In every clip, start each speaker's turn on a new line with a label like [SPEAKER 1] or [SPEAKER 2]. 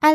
[SPEAKER 1] 艾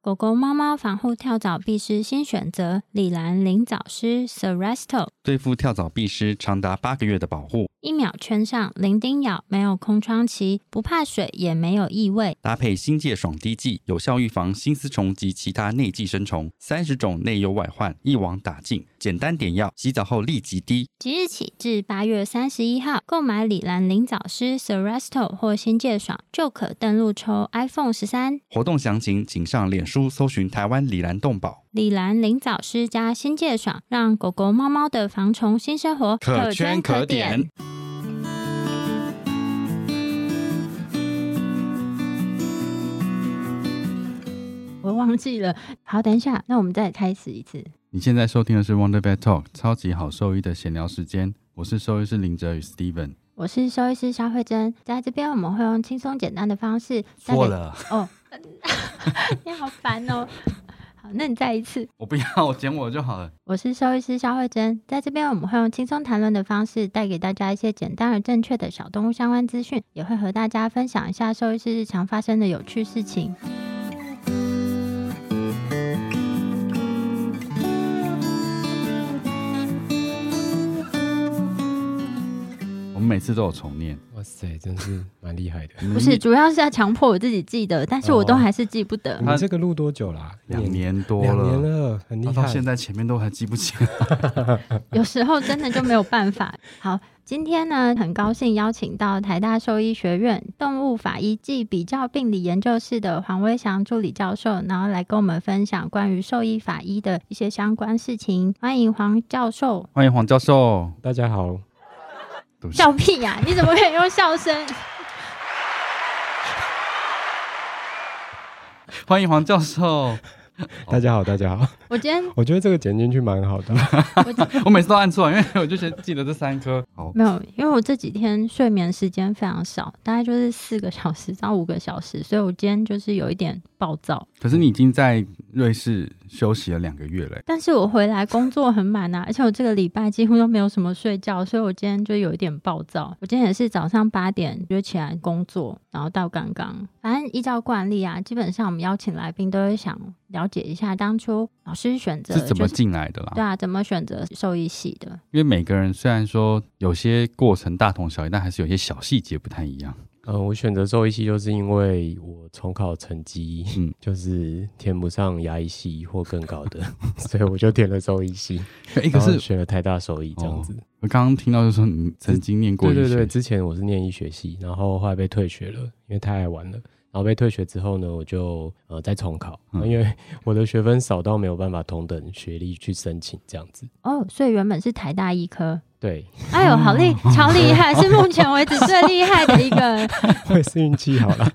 [SPEAKER 1] 狗狗、猫猫防护跳蚤必是新选择，李兰灵藻师 Seresto
[SPEAKER 2] 对付跳蚤必施长达八个月的保护，
[SPEAKER 1] 一秒圈上，零叮咬，没有空窗期，不怕水，也没有异味。
[SPEAKER 2] 搭配新界爽滴剂，有效预防新丝虫及其他内寄生虫，三十种内忧外患一网打尽，简单点药，洗澡后立即滴。
[SPEAKER 1] 即日起至八月三十一号，购买李兰灵藻师 Seresto 或新界爽，就可登录抽 iPhone 十三。
[SPEAKER 2] 活动详情请上脸书搜寻台湾李兰动保。
[SPEAKER 1] 李兰灵藻师加新界爽，让狗狗、猫猫的防虫新生活
[SPEAKER 2] 可圈可点。
[SPEAKER 1] 我忘记了，好，等一下，那我们再开始一次。
[SPEAKER 3] 你现在收听的是 Wonder Vet Talk 超级好兽医的闲聊时间，我是兽医师林哲宇 Steven。
[SPEAKER 1] 我是兽医师肖慧珍，在这边我们会用轻松简单的方式带给
[SPEAKER 2] 错了，
[SPEAKER 1] 哦， 你好烦哦。好，那你再一次。
[SPEAKER 3] 我不要，我剪我就好了。
[SPEAKER 1] 我是兽医师肖慧珍，在这边我们会用轻松谈论的方式，带给大家一些简单而正确的小动物相关资讯，也会和大家分享一下兽医师日常发生的有趣事情。
[SPEAKER 3] 我们每次都有重念，
[SPEAKER 4] 哇塞，真是蛮厉 害的。
[SPEAKER 1] 不是，主要是要强迫我自己记得，但是我都还是记不得。
[SPEAKER 4] 你们这个录多久啦、一
[SPEAKER 3] 两年多
[SPEAKER 4] 两年
[SPEAKER 3] 了，
[SPEAKER 4] 了，很厉
[SPEAKER 3] 他
[SPEAKER 4] 害。
[SPEAKER 3] 到现在前面都还记不起来。
[SPEAKER 1] 有时候真的就没有办法。好，今天呢，很高兴邀请到台大兽医学院动物法医暨比较病理研究室的黄威祥助理教授，然后来跟我们分享关于兽医法医的一些相关事情。欢迎黄教授，
[SPEAKER 3] 欢迎黄教授，
[SPEAKER 4] 大家好，
[SPEAKER 3] 对不起
[SPEAKER 1] 笑屁呀、你怎么可以用笑声？
[SPEAKER 3] 欢迎黄教授。
[SPEAKER 4] 大家好，大家好。
[SPEAKER 1] 我今天
[SPEAKER 4] 我觉得这个剪进去蛮好 的。
[SPEAKER 3] 我每次都按错，因为我就先记得这三颗。好，
[SPEAKER 1] 没有，因为我这几天睡眠时间非常少，大概就是四个小时到五个小时，所以我今天就是有一点暴躁。
[SPEAKER 3] 可是你已经在瑞士休息了两个月嘞，
[SPEAKER 1] 但是我回来工作很满啊，而且我这个礼拜几乎都没有什么睡觉，所以我今天就有一点暴躁。我今天也是早上八点就起来工作，然后到刚刚。反正依照惯例啊，基本上我们邀请来宾都会想了解一下当初老师选择
[SPEAKER 3] 是怎么
[SPEAKER 1] 就是
[SPEAKER 3] 进来的啦？
[SPEAKER 1] 对啊，怎么选择兽医系的？
[SPEAKER 3] 因为每个人虽然说有些过程大同小异，但还是有些小细节不太一样。
[SPEAKER 4] 嗯，我选择兽医系就是因为我重考成绩，
[SPEAKER 3] 嗯
[SPEAKER 4] 就是填不上牙医系或更高 的，所以我就填了兽医系，
[SPEAKER 3] 哎，可
[SPEAKER 4] 然后
[SPEAKER 3] 是
[SPEAKER 4] 选了台大兽医这样子。
[SPEAKER 3] 我刚刚听到就说你曾经念过
[SPEAKER 4] 对
[SPEAKER 3] 医
[SPEAKER 4] 对对，
[SPEAKER 3] 学，
[SPEAKER 4] 之前我是念医学系，然后后来被退学了，因为太爱玩了。然后被退学之后呢，我就呃再重考，
[SPEAKER 3] 嗯
[SPEAKER 4] 因为我的学分少到没有办法同等学历去申请这样子。
[SPEAKER 1] 哦，所以原本是台大医科。
[SPEAKER 4] 对，
[SPEAKER 1] 哎呦，好厉，超厉害，是目前为止最厉害的一个。
[SPEAKER 4] 我也是运气好 了。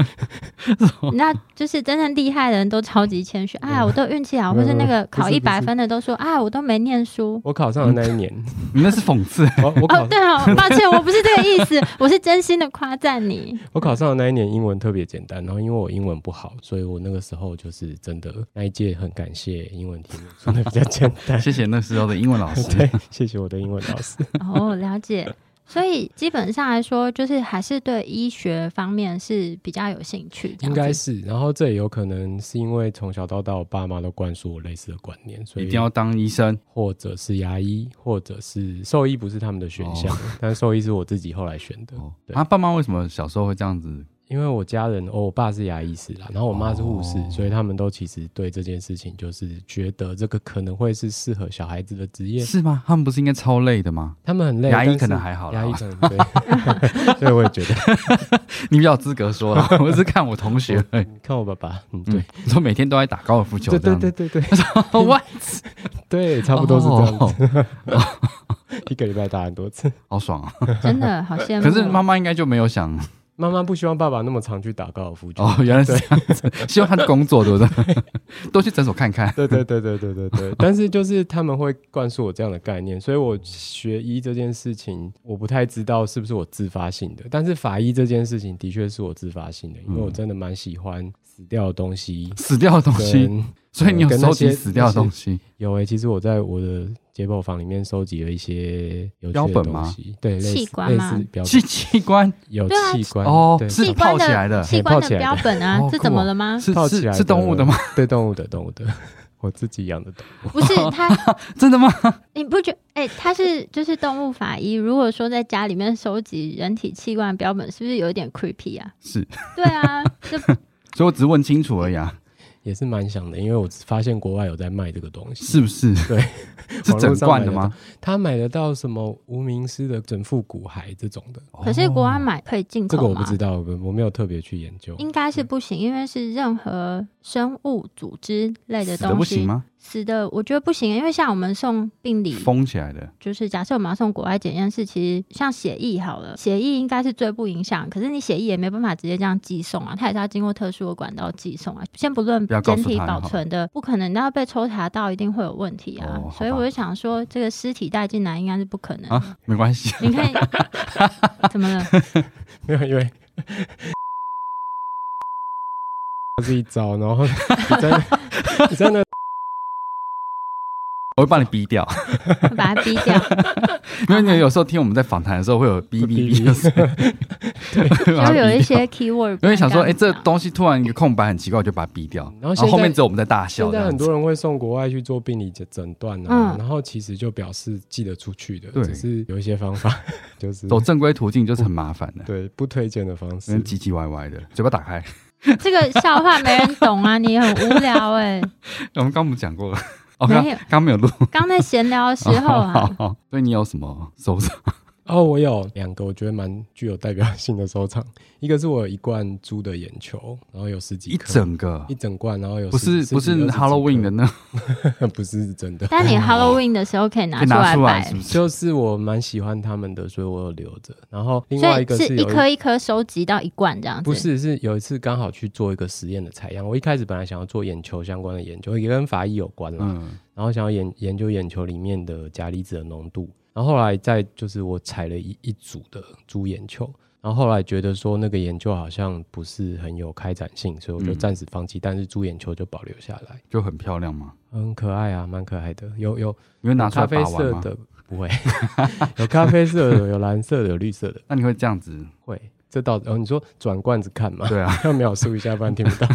[SPEAKER 1] 那就是真正厉害的人都超级谦虚，哎呀，我都运气好，或是那个考一百分的都说，啊，我都没念书。
[SPEAKER 4] 我考上的那一年，
[SPEAKER 3] 你那是讽刺。
[SPEAKER 4] 我我
[SPEAKER 1] 哦，
[SPEAKER 4] 考
[SPEAKER 1] 对哦，抱歉，我不是这个意思，我是真心的夸赞你。
[SPEAKER 4] 我考上的那一年英文特别简单，然后因为我英文不好，所以我那个时候就是真的那一届很感谢英文题目算的比较简 单。
[SPEAKER 3] 谢谢那时候的英文老 师
[SPEAKER 4] 对，谢谢我的英文老师。
[SPEAKER 1] 哦，了解。所以基本上来说，就是还是对医学方面是比较有兴趣，这样
[SPEAKER 4] 应
[SPEAKER 1] 子
[SPEAKER 4] 该是，然后这也有可能是因为从小到大，我爸妈都灌输我类似的观念，所
[SPEAKER 3] 一
[SPEAKER 4] 以
[SPEAKER 3] 定要当医生。
[SPEAKER 4] 或者是牙医，或者是兽医，不是他们的选项， 但兽医是我自己后来选的。
[SPEAKER 3] 哦
[SPEAKER 4] 对
[SPEAKER 3] 啊，爸妈为什么小时候会这样子？
[SPEAKER 4] 因为我家人，哦，我爸是牙医师啦，然后我妈是护士，
[SPEAKER 3] 哦
[SPEAKER 4] 所以他们都其实对这件事情就是觉得这个可能会是适合小孩子的职业，
[SPEAKER 3] 是吗？他们不是应该超累的吗？
[SPEAKER 4] 他们很累，
[SPEAKER 3] 牙医
[SPEAKER 4] 但是
[SPEAKER 3] 可能还好啦
[SPEAKER 4] 牙医可能对， 所以我也觉得，
[SPEAKER 3] 你比较有资格说 了，我是看我同学，嗯
[SPEAKER 4] 你看我爸爸，嗯，对，
[SPEAKER 3] 说每天都在打高尔夫球这
[SPEAKER 4] 对对
[SPEAKER 3] 样哦子
[SPEAKER 4] 对。对 对
[SPEAKER 3] 哇，
[SPEAKER 4] 对，差不多是这样子，
[SPEAKER 3] 子，
[SPEAKER 4] 一个礼拜打很多次，
[SPEAKER 3] 好爽啊！
[SPEAKER 1] 真的好羡慕。
[SPEAKER 3] 可是妈妈应该就没有想
[SPEAKER 4] 妈妈不希望爸爸那么常去打高尔夫球。
[SPEAKER 3] 哦，原来是这样 子，希望他的工作对不对？多去诊所看看。
[SPEAKER 4] 对对对对对对 对，但是就是他们会灌输我这样的概念，所以我学医这件事情，我不太知道是不是我自发性的，但是法医这件事情的确是我自发性的，
[SPEAKER 3] 嗯
[SPEAKER 4] 因为我真的蛮喜欢死掉的东西，
[SPEAKER 3] 死掉的 东西，
[SPEAKER 4] 跟
[SPEAKER 3] 所以你有
[SPEAKER 4] 跟那
[SPEAKER 3] 收集
[SPEAKER 4] 些
[SPEAKER 3] 死掉的东西，
[SPEAKER 4] 有诶、欸其实我在我的解剖房里面收集了一些有趣
[SPEAKER 3] 标
[SPEAKER 4] 的
[SPEAKER 3] 本
[SPEAKER 4] 东
[SPEAKER 3] 吗
[SPEAKER 4] 西，对，类似
[SPEAKER 1] 器官
[SPEAKER 4] 类
[SPEAKER 1] 吗
[SPEAKER 4] 似标
[SPEAKER 3] 是
[SPEAKER 4] 本，
[SPEAKER 3] 器官
[SPEAKER 4] 有
[SPEAKER 1] 对啊
[SPEAKER 4] 器官
[SPEAKER 3] 哦，
[SPEAKER 4] 对
[SPEAKER 3] 是
[SPEAKER 1] 器官
[SPEAKER 3] 泡起
[SPEAKER 1] 的
[SPEAKER 3] 来的，
[SPEAKER 1] 器
[SPEAKER 4] 嘿
[SPEAKER 1] 官
[SPEAKER 4] 泡
[SPEAKER 1] 的
[SPEAKER 4] 起来
[SPEAKER 1] 标
[SPEAKER 4] 的
[SPEAKER 1] 本啊
[SPEAKER 3] 好，
[SPEAKER 1] 这
[SPEAKER 3] 酷
[SPEAKER 1] 怎么
[SPEAKER 3] 哦
[SPEAKER 1] 了吗？
[SPEAKER 3] 是
[SPEAKER 4] 泡起
[SPEAKER 3] 是
[SPEAKER 4] 来
[SPEAKER 3] 是动物 的吗？？
[SPEAKER 4] 对，动物的动物的， 我自己养的动物。
[SPEAKER 1] 不是他，
[SPEAKER 3] 真的吗？
[SPEAKER 1] 你不觉哎、他是就是动物法医。如果说在家里面收集人体器官的标本，是不是有一点 creepy 啊？
[SPEAKER 3] 是，
[SPEAKER 1] 对啊， 这
[SPEAKER 3] 所以我只是问清楚而已啊，
[SPEAKER 4] 也是蛮想的，因为我发现国外有在卖这个东西，
[SPEAKER 3] 是不是？
[SPEAKER 4] 对，
[SPEAKER 3] 是整罐的
[SPEAKER 4] 网络上买得
[SPEAKER 3] 吗
[SPEAKER 4] 到？？他买得到什么无名氏的整副骨骸这种的，
[SPEAKER 1] 可是国外买可以进
[SPEAKER 4] 哦这个
[SPEAKER 1] 口
[SPEAKER 4] 我
[SPEAKER 1] 吗？
[SPEAKER 4] 不知道，我我没有特别去研究。
[SPEAKER 1] 应该是不行，因为是任何生物组织类的
[SPEAKER 3] 死的不
[SPEAKER 1] 东西
[SPEAKER 3] 行吗？
[SPEAKER 1] 死的我觉得不行，因为像我们送病理，
[SPEAKER 3] 封起来的，
[SPEAKER 1] 就是假设我们要送国外检验室，其实像血液好了，血液应该是最不影响，可是你血液也没办法直接这样寄送啊，它也是要经过特殊的管道寄送啊。先不论
[SPEAKER 3] 不要告
[SPEAKER 1] 整
[SPEAKER 3] 诉
[SPEAKER 1] 体
[SPEAKER 3] 他
[SPEAKER 1] 保存的，不可能，那要被抽查到一定会有问题啊。
[SPEAKER 3] 哦好吧
[SPEAKER 1] 所以我就想说，这个尸体带进来应该是不可能。
[SPEAKER 3] 啊没关系，
[SPEAKER 1] 你看怎么了？
[SPEAKER 4] 没 有，因为是一招，然后 你真的 你真的
[SPEAKER 3] 我会帮你逼掉，
[SPEAKER 1] 把它逼掉，
[SPEAKER 3] 因为你有时候听我们在访谈的时候会有哔哔哔的声音，
[SPEAKER 1] 就有一
[SPEAKER 3] 把它逼掉
[SPEAKER 1] 些 keyword，
[SPEAKER 3] 因为想说，哎、这
[SPEAKER 1] 东。
[SPEAKER 3] 东西突然一个空白很奇怪，我就把它逼掉。
[SPEAKER 4] 然后现在
[SPEAKER 3] 后面只有我们在大笑这
[SPEAKER 4] 现在
[SPEAKER 3] 样
[SPEAKER 4] 很多
[SPEAKER 3] 子。
[SPEAKER 4] 人会送国外去做病理诊诊断啊，
[SPEAKER 1] 嗯
[SPEAKER 4] 然后其实就表示寄得出去的，
[SPEAKER 3] 对
[SPEAKER 4] 只是有一些方法 就是
[SPEAKER 3] 走正规途径就是很麻烦 的，
[SPEAKER 4] 对不推荐的方
[SPEAKER 3] 因
[SPEAKER 4] 式
[SPEAKER 3] 为。唧唧歪歪的，嘴巴打开。
[SPEAKER 1] 这个笑话没人懂啊，你很无聊哎、
[SPEAKER 3] 我们刚不讲过了，哦，
[SPEAKER 1] 没有
[SPEAKER 3] 刚刚刚没有录。
[SPEAKER 1] 刚在闲聊的时候
[SPEAKER 3] 哦好
[SPEAKER 1] 啊，
[SPEAKER 3] 好好所以你有什么收藏？
[SPEAKER 4] 哦，我有两个我觉得蛮具有代表性的收藏，一个是我有一罐猪的眼球，然后有十几
[SPEAKER 3] 一
[SPEAKER 4] 颗
[SPEAKER 3] 整个
[SPEAKER 4] 一，整罐，然后有
[SPEAKER 3] 不是
[SPEAKER 4] 十
[SPEAKER 3] 不是 Halloween 的，那
[SPEAKER 4] 的， 不是真的。
[SPEAKER 1] 但你 Halloween 的时候可以拿
[SPEAKER 3] 哦可以
[SPEAKER 1] 出
[SPEAKER 3] 拿
[SPEAKER 1] 来
[SPEAKER 3] 出来
[SPEAKER 1] 摆
[SPEAKER 3] 是，不是？
[SPEAKER 4] 就是我蛮喜欢他们的，所以我有留着。然后另
[SPEAKER 1] 所
[SPEAKER 4] 外
[SPEAKER 1] 以
[SPEAKER 4] 一个
[SPEAKER 1] 是
[SPEAKER 4] 有
[SPEAKER 1] 一颗一颗收集到一罐这样子。
[SPEAKER 4] 不是，是有一次刚好去做一个实验的采样。我一开始本来想要做眼球相关的研究，也跟法医有关啦。
[SPEAKER 3] 嗯，
[SPEAKER 4] 然后想要研研究眼球里面的钾离子的浓度。然后后来再就是我采了一一组的猪眼球，然后后来觉得说那个研究好像不是很有开展性，所以我就
[SPEAKER 3] 嗯
[SPEAKER 4] 暂时放弃。但是猪眼球就保留下来，
[SPEAKER 3] 就很漂亮嘛。
[SPEAKER 4] 很可爱啊，蛮可爱的。有有
[SPEAKER 3] 你会拿出
[SPEAKER 4] 咖
[SPEAKER 3] 来
[SPEAKER 4] 啡
[SPEAKER 3] 把玩
[SPEAKER 4] 色
[SPEAKER 3] 吗？
[SPEAKER 4] 的，不会 有咖啡色的，有蓝色的，有绿色的，
[SPEAKER 3] 那你会这样子？
[SPEAKER 4] 会。这到哦，你说转罐子看嘛？
[SPEAKER 3] 对啊，
[SPEAKER 4] 要描述一下，不然听不到。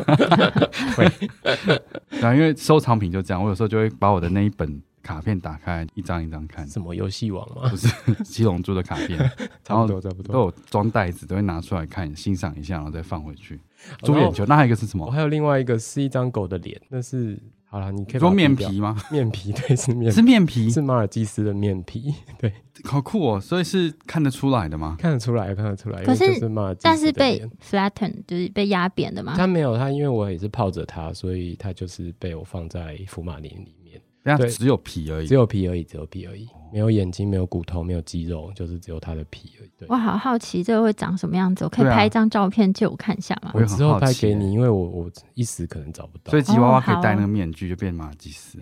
[SPEAKER 3] 然后因为收藏品就这样，我有时候就会把我的那一本卡片打开，一张一张看，
[SPEAKER 4] 什么游戏王嘛
[SPEAKER 3] 不，是 七龙珠的卡 片，
[SPEAKER 4] 差不多，差不
[SPEAKER 3] 都
[SPEAKER 4] 多。
[SPEAKER 3] 有装袋子，都会拿出来看欣赏一下，然后再放回去。
[SPEAKER 4] 然
[SPEAKER 3] 猪
[SPEAKER 4] 后
[SPEAKER 3] 眼球，那还有一个是什
[SPEAKER 4] 我
[SPEAKER 3] 么？
[SPEAKER 4] 还有另外一个是一张狗的脸，那是好了，你可
[SPEAKER 3] 你
[SPEAKER 4] 以把
[SPEAKER 3] 说
[SPEAKER 4] 它
[SPEAKER 3] 面
[SPEAKER 4] 逼掉，
[SPEAKER 3] 皮吗？
[SPEAKER 4] 面皮对是面
[SPEAKER 3] 是
[SPEAKER 4] 皮，
[SPEAKER 3] 面皮，
[SPEAKER 4] 是马尔济斯的面皮， 对，
[SPEAKER 3] 好酷哦！所以是看得出来的吗？
[SPEAKER 4] 看得出来，看得出来，因
[SPEAKER 1] 可
[SPEAKER 4] 为
[SPEAKER 1] 是
[SPEAKER 4] 就是马尔济
[SPEAKER 1] 但
[SPEAKER 4] 斯
[SPEAKER 1] 是
[SPEAKER 4] 的
[SPEAKER 1] 被
[SPEAKER 4] 脸。
[SPEAKER 1] flatten 就是被压扁
[SPEAKER 3] 啊
[SPEAKER 1] 的嘛。
[SPEAKER 4] 他没有他，因为我也是泡着他，所以他就是被我放在福马林里面，
[SPEAKER 3] 等下
[SPEAKER 4] 对
[SPEAKER 3] 只有皮而已
[SPEAKER 4] 只。有皮而已，只有皮而已，没有眼睛，没有骨头，没有肌肉，就是只有他的皮而已。对
[SPEAKER 1] 我，好好奇这个会长什么样子，我可以
[SPEAKER 3] 对啊
[SPEAKER 1] 拍一张照片借我看一下吗
[SPEAKER 3] 我？也很
[SPEAKER 4] 之后
[SPEAKER 3] 好
[SPEAKER 4] 拍
[SPEAKER 3] 奇
[SPEAKER 4] 给
[SPEAKER 3] 耶
[SPEAKER 4] 你，因为我我一时可能找不到
[SPEAKER 3] 所以，吉娃
[SPEAKER 1] 哦
[SPEAKER 3] 娃
[SPEAKER 1] 好
[SPEAKER 3] 可以戴那个面具，就变马尔济 斯。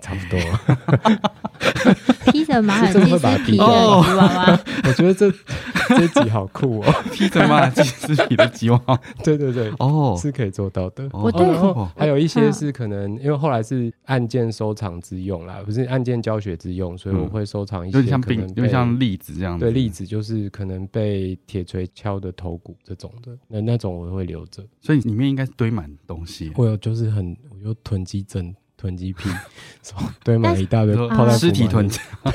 [SPEAKER 4] 差不多。
[SPEAKER 1] 披着马尔济斯皮的
[SPEAKER 3] 哦
[SPEAKER 1] 吉娃娃，
[SPEAKER 4] 我觉得这 这一集好酷哦！
[SPEAKER 3] 披着马尔济斯皮的吉娃娃。
[SPEAKER 4] 对对对，
[SPEAKER 3] 哦，
[SPEAKER 4] 是可以做到的。
[SPEAKER 3] 哦
[SPEAKER 1] 我对嗯
[SPEAKER 4] 然后
[SPEAKER 3] 哦
[SPEAKER 4] 还有一些是可能，因为后来是案件收藏之用啦，不是案件教学之用，所以我会收藏一
[SPEAKER 3] 嗯
[SPEAKER 4] 些
[SPEAKER 3] 有点像
[SPEAKER 4] 可
[SPEAKER 3] 病，
[SPEAKER 4] 能
[SPEAKER 3] 有
[SPEAKER 4] 被
[SPEAKER 3] 点像栗子这样子。
[SPEAKER 4] 对例。子，就是可能被铁锤敲的头骨这种的，那那种我会留着。
[SPEAKER 3] 所以里面应该堆满东西。
[SPEAKER 4] 我有就是很，我有囤积症、囤积癖，什么堆满了一大堆
[SPEAKER 3] 比如说
[SPEAKER 4] 泡在
[SPEAKER 3] 尸体
[SPEAKER 4] 福马
[SPEAKER 3] 囤
[SPEAKER 4] 林
[SPEAKER 3] 积，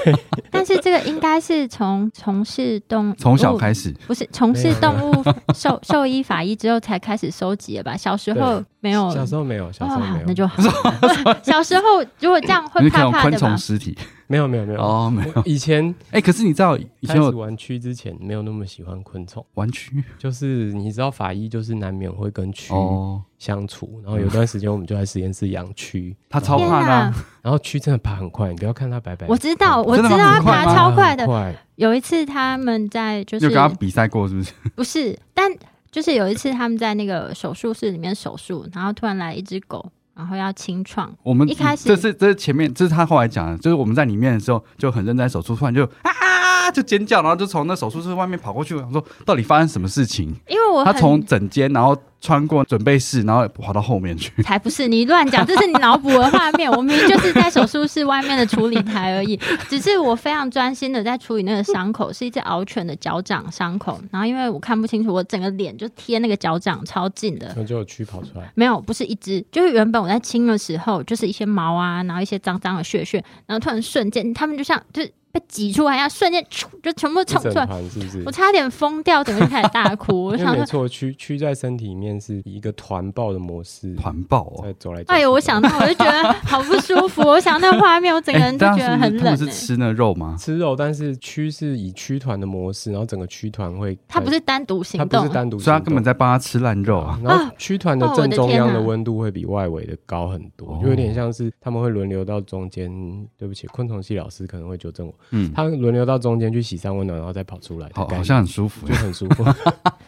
[SPEAKER 1] 但是这个应该是从从事动物哦
[SPEAKER 3] 从小开始，
[SPEAKER 1] 不是从
[SPEAKER 4] 没
[SPEAKER 1] 事
[SPEAKER 4] 有
[SPEAKER 1] 动物 兽兽医法医之后才开始收集的吧？小时候没有，
[SPEAKER 4] 小时候没有，小时候
[SPEAKER 1] 哦，好
[SPEAKER 4] 没，有，
[SPEAKER 1] 那就好。 小时候如果这样
[SPEAKER 3] 你
[SPEAKER 1] 会
[SPEAKER 3] 看
[SPEAKER 1] 怕
[SPEAKER 3] 有
[SPEAKER 1] 怕
[SPEAKER 3] 昆
[SPEAKER 1] 的
[SPEAKER 3] 虫
[SPEAKER 1] 吧？啊
[SPEAKER 3] 尸体。
[SPEAKER 4] 没有没有没有。
[SPEAKER 3] 哦，没有。
[SPEAKER 4] 我以前
[SPEAKER 3] 哎，可是你知道 以前
[SPEAKER 4] 开始
[SPEAKER 3] 有
[SPEAKER 4] 玩蛆之前，没有那么喜欢昆虫，
[SPEAKER 3] 玩蛆
[SPEAKER 4] 就是你知道法医就是难免会跟蛆
[SPEAKER 3] 哦，
[SPEAKER 4] 相处，然后有段时间我们就在实验室养蛆，
[SPEAKER 3] 他超
[SPEAKER 1] 天
[SPEAKER 3] 怕的啊
[SPEAKER 1] 哪！，
[SPEAKER 4] 然后蛆真的爬很快，你不要看它白白，
[SPEAKER 1] 我知道，我
[SPEAKER 3] 真
[SPEAKER 1] 知道
[SPEAKER 3] 的吗
[SPEAKER 1] 它
[SPEAKER 3] 很快
[SPEAKER 1] 爬
[SPEAKER 3] 吗
[SPEAKER 1] 超快的
[SPEAKER 4] 很快，赛，
[SPEAKER 1] 有一次他们在就
[SPEAKER 3] 你
[SPEAKER 1] 是
[SPEAKER 3] 有跟他比赛过是不是？
[SPEAKER 1] 不是，但就是有一次他们在那个手术室里面手术，然后突然来一只狗，然后要清创，
[SPEAKER 3] 我们
[SPEAKER 1] 一开始
[SPEAKER 3] 这是这是前面，这是他后来讲的，就是我们在里面的时候就很认真在手术，突然就啊就尖叫，然后就从那手术室外面跑过去，我想说到底发生什么事情？
[SPEAKER 1] 因为我
[SPEAKER 3] 他
[SPEAKER 1] 很
[SPEAKER 3] 从整间，然后穿过准备室，然后跑到后面去。
[SPEAKER 1] 才不是你乱讲，这是你脑补的画面。我明明就是在手术室外面的处理台而已，只是我非常专心的在处理那个伤口，是一只獒犬的脚掌伤口。然后因为我看不清楚，我整个脸就贴那个脚掌超近的
[SPEAKER 4] 然。后就有蛆跑出来。
[SPEAKER 1] 没有，不是一只，就是原本我在清的时候，就是一些毛啊，然后一些脏脏的血血，然后突然瞬间，他们就像就是被挤出来一样，瞬间咻就全部
[SPEAKER 4] 一
[SPEAKER 1] 冲
[SPEAKER 4] 整
[SPEAKER 3] 嗯
[SPEAKER 1] 出来，
[SPEAKER 4] 盘是不是
[SPEAKER 1] 我？差点疯掉，整个就开始大哭。我
[SPEAKER 4] 因
[SPEAKER 1] 想
[SPEAKER 4] 为没
[SPEAKER 1] 说，
[SPEAKER 4] 错，蛆蛆在身体里面是以一个团爆的模式
[SPEAKER 3] 团爆哦！
[SPEAKER 4] 在走来走去。
[SPEAKER 1] 哎呦，我想到我就觉得好不舒服，我想到那画面，我整个人就
[SPEAKER 3] 哎大
[SPEAKER 1] 觉得
[SPEAKER 3] 家是
[SPEAKER 1] 很
[SPEAKER 3] 不是他
[SPEAKER 1] 冷、
[SPEAKER 3] 们是
[SPEAKER 1] 欸。
[SPEAKER 3] 吃那肉吗？
[SPEAKER 4] 吃肉，但是蛆是以蛆团的模式，然后整个蛆团会，
[SPEAKER 1] 它不是单独行
[SPEAKER 4] 它不
[SPEAKER 1] 动啊
[SPEAKER 4] 是，单独行动，
[SPEAKER 3] 所以他根本在帮他吃烂肉啊！
[SPEAKER 4] 然后蛆团的
[SPEAKER 1] 哦我的
[SPEAKER 4] 正中
[SPEAKER 1] 天
[SPEAKER 4] 央
[SPEAKER 1] 哪
[SPEAKER 4] 的温度会比外围的高很多
[SPEAKER 3] 哦，
[SPEAKER 4] 就有点像是他们会轮流到中间。对不起，昆虫系老师可能会纠正我，
[SPEAKER 3] 嗯，
[SPEAKER 4] 他轮流到中间去洗三温暖，然后再跑出来的
[SPEAKER 3] 好，
[SPEAKER 4] 概念，
[SPEAKER 3] 好像很舒服
[SPEAKER 4] 就。很舒服。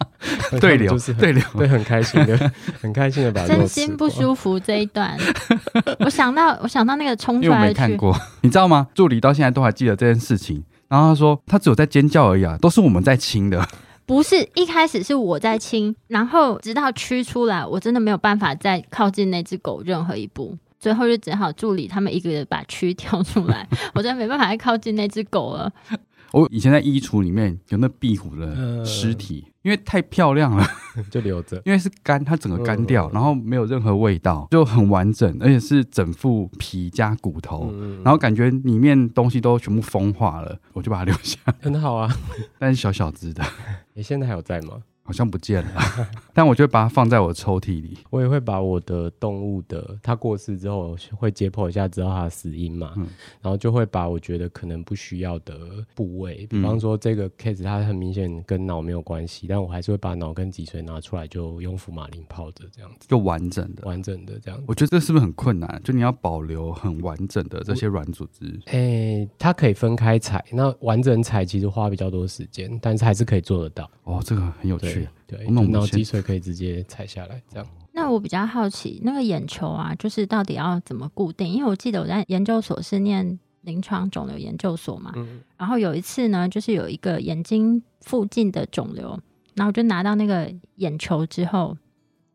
[SPEAKER 3] 对流
[SPEAKER 4] 就是，很
[SPEAKER 3] 对流，
[SPEAKER 4] 对，很开心 的，很开心的把肉
[SPEAKER 1] 真
[SPEAKER 4] 吃
[SPEAKER 1] 心
[SPEAKER 4] 光
[SPEAKER 1] 不舒服这一段。我想到，我想到那个冲
[SPEAKER 3] 因
[SPEAKER 1] 出
[SPEAKER 3] 为我
[SPEAKER 1] 来的
[SPEAKER 3] 没看
[SPEAKER 1] 去，
[SPEAKER 3] 过， 你知道吗？助理到现在都还记得这件事情。然后他说，他只有在尖叫而已啊，都是我们在亲的。
[SPEAKER 1] 不是一开始是我在清，然后直到驱出来，我真的没有办法再靠近那只狗任何一步。最后就只好助理他们一个人把蛆挑出来，我真的没办法再靠近那只狗了。
[SPEAKER 3] 我以前在衣橱里面有那壁虎的
[SPEAKER 4] 嗯
[SPEAKER 3] 尸体，因为太漂亮了，
[SPEAKER 4] 就留着。
[SPEAKER 3] 因为是干，它整个干掉，
[SPEAKER 4] 嗯
[SPEAKER 3] 然后没有任何味道，就很完整，而且是整副皮加骨头，
[SPEAKER 4] 嗯，
[SPEAKER 3] 然后感觉里面东西都全部风化了，我就把它留下，
[SPEAKER 4] 很好啊。
[SPEAKER 3] 但是小小只的，
[SPEAKER 4] 你现在还有在吗？
[SPEAKER 3] 好像不见了， 但我就会把它放在我的抽屉里。
[SPEAKER 4] 我也会把我的动物的，它过世之后会解剖一下，知道它的死因嘛，
[SPEAKER 3] 嗯
[SPEAKER 4] 然后就会把我觉得可能不需要的部位，比
[SPEAKER 3] 嗯
[SPEAKER 4] 方说这个 case 它很明显跟脑没有关系，但我还是会把脑跟脊髓拿出来，就用福马林泡着这样子，
[SPEAKER 3] 就完整的。
[SPEAKER 4] 完整的这样子。
[SPEAKER 3] 我觉得这是不是很困难？就你要保留很完整的这些软组织，
[SPEAKER 4] 诶、它可以分开采，那完整采其实花比较多时间，但是还是可以做得到。
[SPEAKER 3] 哦，这个很有
[SPEAKER 4] 对
[SPEAKER 3] 趣。
[SPEAKER 4] 对，
[SPEAKER 3] 那我们
[SPEAKER 4] 脑
[SPEAKER 3] 先
[SPEAKER 4] 脊髓可以直接采下来，这样。
[SPEAKER 1] 那我比较好奇，那个眼球啊，就是到底要怎么固定？因为我记得我在研究所是念临床肿瘤研究所嘛，
[SPEAKER 4] 嗯，
[SPEAKER 1] 然后有一次呢，就是有一个眼睛附近的肿瘤，然后我就拿到那个眼球之后，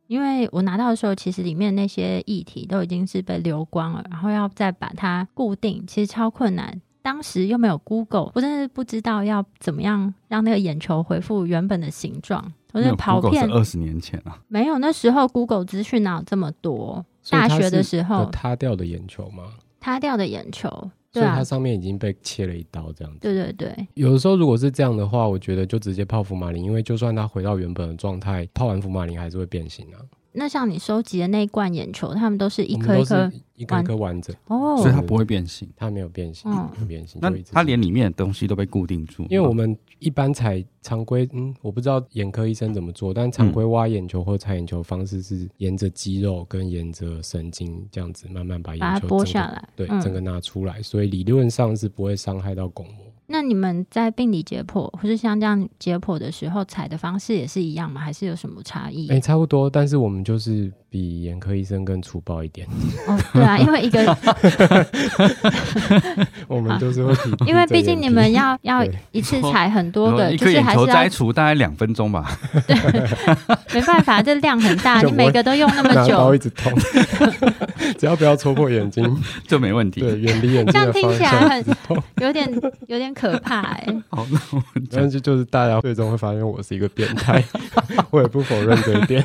[SPEAKER 1] 因为我拿到的时候，其实里面那些液体都已经是被流光了，然后要再把它固定，其实超困难。当时又没有 Google，我真的是不知道要怎么样让那个眼球恢复原本的形状。我
[SPEAKER 3] 那
[SPEAKER 1] 是
[SPEAKER 3] 个
[SPEAKER 1] 跑
[SPEAKER 3] Google
[SPEAKER 1] 遍
[SPEAKER 3] 是二十年前啊，
[SPEAKER 1] 没有，那时候 Google 资讯哪有这么多？
[SPEAKER 4] 所以
[SPEAKER 1] 大
[SPEAKER 4] 它
[SPEAKER 1] 学的
[SPEAKER 4] 是
[SPEAKER 1] 时
[SPEAKER 4] 有
[SPEAKER 1] 候
[SPEAKER 4] 塌掉的眼球吗？
[SPEAKER 1] 塌掉的眼球，对
[SPEAKER 4] 所以
[SPEAKER 1] 啊
[SPEAKER 4] 它，上面已经被切了一刀，这样子。
[SPEAKER 1] 对对对，
[SPEAKER 4] 有的时候如果是这样的话，我觉得就直接泡福马林，因为就算它回到原本的状态，泡完福马林还是会变形啊。
[SPEAKER 1] 那像你收集的那一罐眼球，它们都是一
[SPEAKER 4] 我们
[SPEAKER 1] 颗
[SPEAKER 4] 都
[SPEAKER 1] 一
[SPEAKER 4] 是
[SPEAKER 1] 颗
[SPEAKER 4] 一颗一颗完整，
[SPEAKER 1] 哦，
[SPEAKER 3] 所以它不会变形。
[SPEAKER 4] 它没有变形，
[SPEAKER 1] 嗯
[SPEAKER 4] 没有变形。
[SPEAKER 3] 那
[SPEAKER 4] 就一直
[SPEAKER 3] 它连里面的东西都被固定住，哦
[SPEAKER 4] 因为我们一般采常规，嗯，我不知道眼科医生怎么做，但常规挖眼球或采眼球的方式是沿着肌肉跟沿着神经这样子慢慢把
[SPEAKER 1] 把
[SPEAKER 4] 眼
[SPEAKER 1] 它
[SPEAKER 4] 球
[SPEAKER 1] 剥
[SPEAKER 4] 整个
[SPEAKER 1] 下来。
[SPEAKER 4] 对，
[SPEAKER 1] 嗯、
[SPEAKER 4] 整个拿出来，所以理论上是不会伤害到巩膜。
[SPEAKER 1] 那你们在病理解剖或是像这样解剖的时候，采的方式也是一样吗？还是有什么差异？
[SPEAKER 4] 哎、差不多，但是我们就是比眼科医生更粗暴一 点，
[SPEAKER 1] 哦，对啊，因为一个，
[SPEAKER 4] 我们就是会提
[SPEAKER 1] 因为毕竟你 们要要
[SPEAKER 4] 对
[SPEAKER 1] 一次采很多
[SPEAKER 3] 然后
[SPEAKER 1] 个，
[SPEAKER 3] 一
[SPEAKER 1] 就
[SPEAKER 3] 颗
[SPEAKER 1] 是
[SPEAKER 3] 眼
[SPEAKER 1] 还
[SPEAKER 3] 球
[SPEAKER 1] 是
[SPEAKER 3] 摘
[SPEAKER 1] 要
[SPEAKER 3] 除大概两分钟吧，
[SPEAKER 1] 没办法，这量很大，
[SPEAKER 4] 就
[SPEAKER 1] 你
[SPEAKER 4] 不会
[SPEAKER 1] 每个都用那么
[SPEAKER 4] 拿刀
[SPEAKER 1] 久
[SPEAKER 4] 一，直痛， 只要不要戳破眼睛，
[SPEAKER 3] 就没问题。
[SPEAKER 4] 对，远离眼
[SPEAKER 1] 这
[SPEAKER 4] 睛
[SPEAKER 1] 样
[SPEAKER 4] 的
[SPEAKER 1] 听
[SPEAKER 4] 方
[SPEAKER 1] 起来
[SPEAKER 4] 向。
[SPEAKER 1] 很 有点有点可怕哎、
[SPEAKER 3] 好，那我们讲
[SPEAKER 4] 但是就是大家最终会发现我是一个变 态，我也不否认这一点。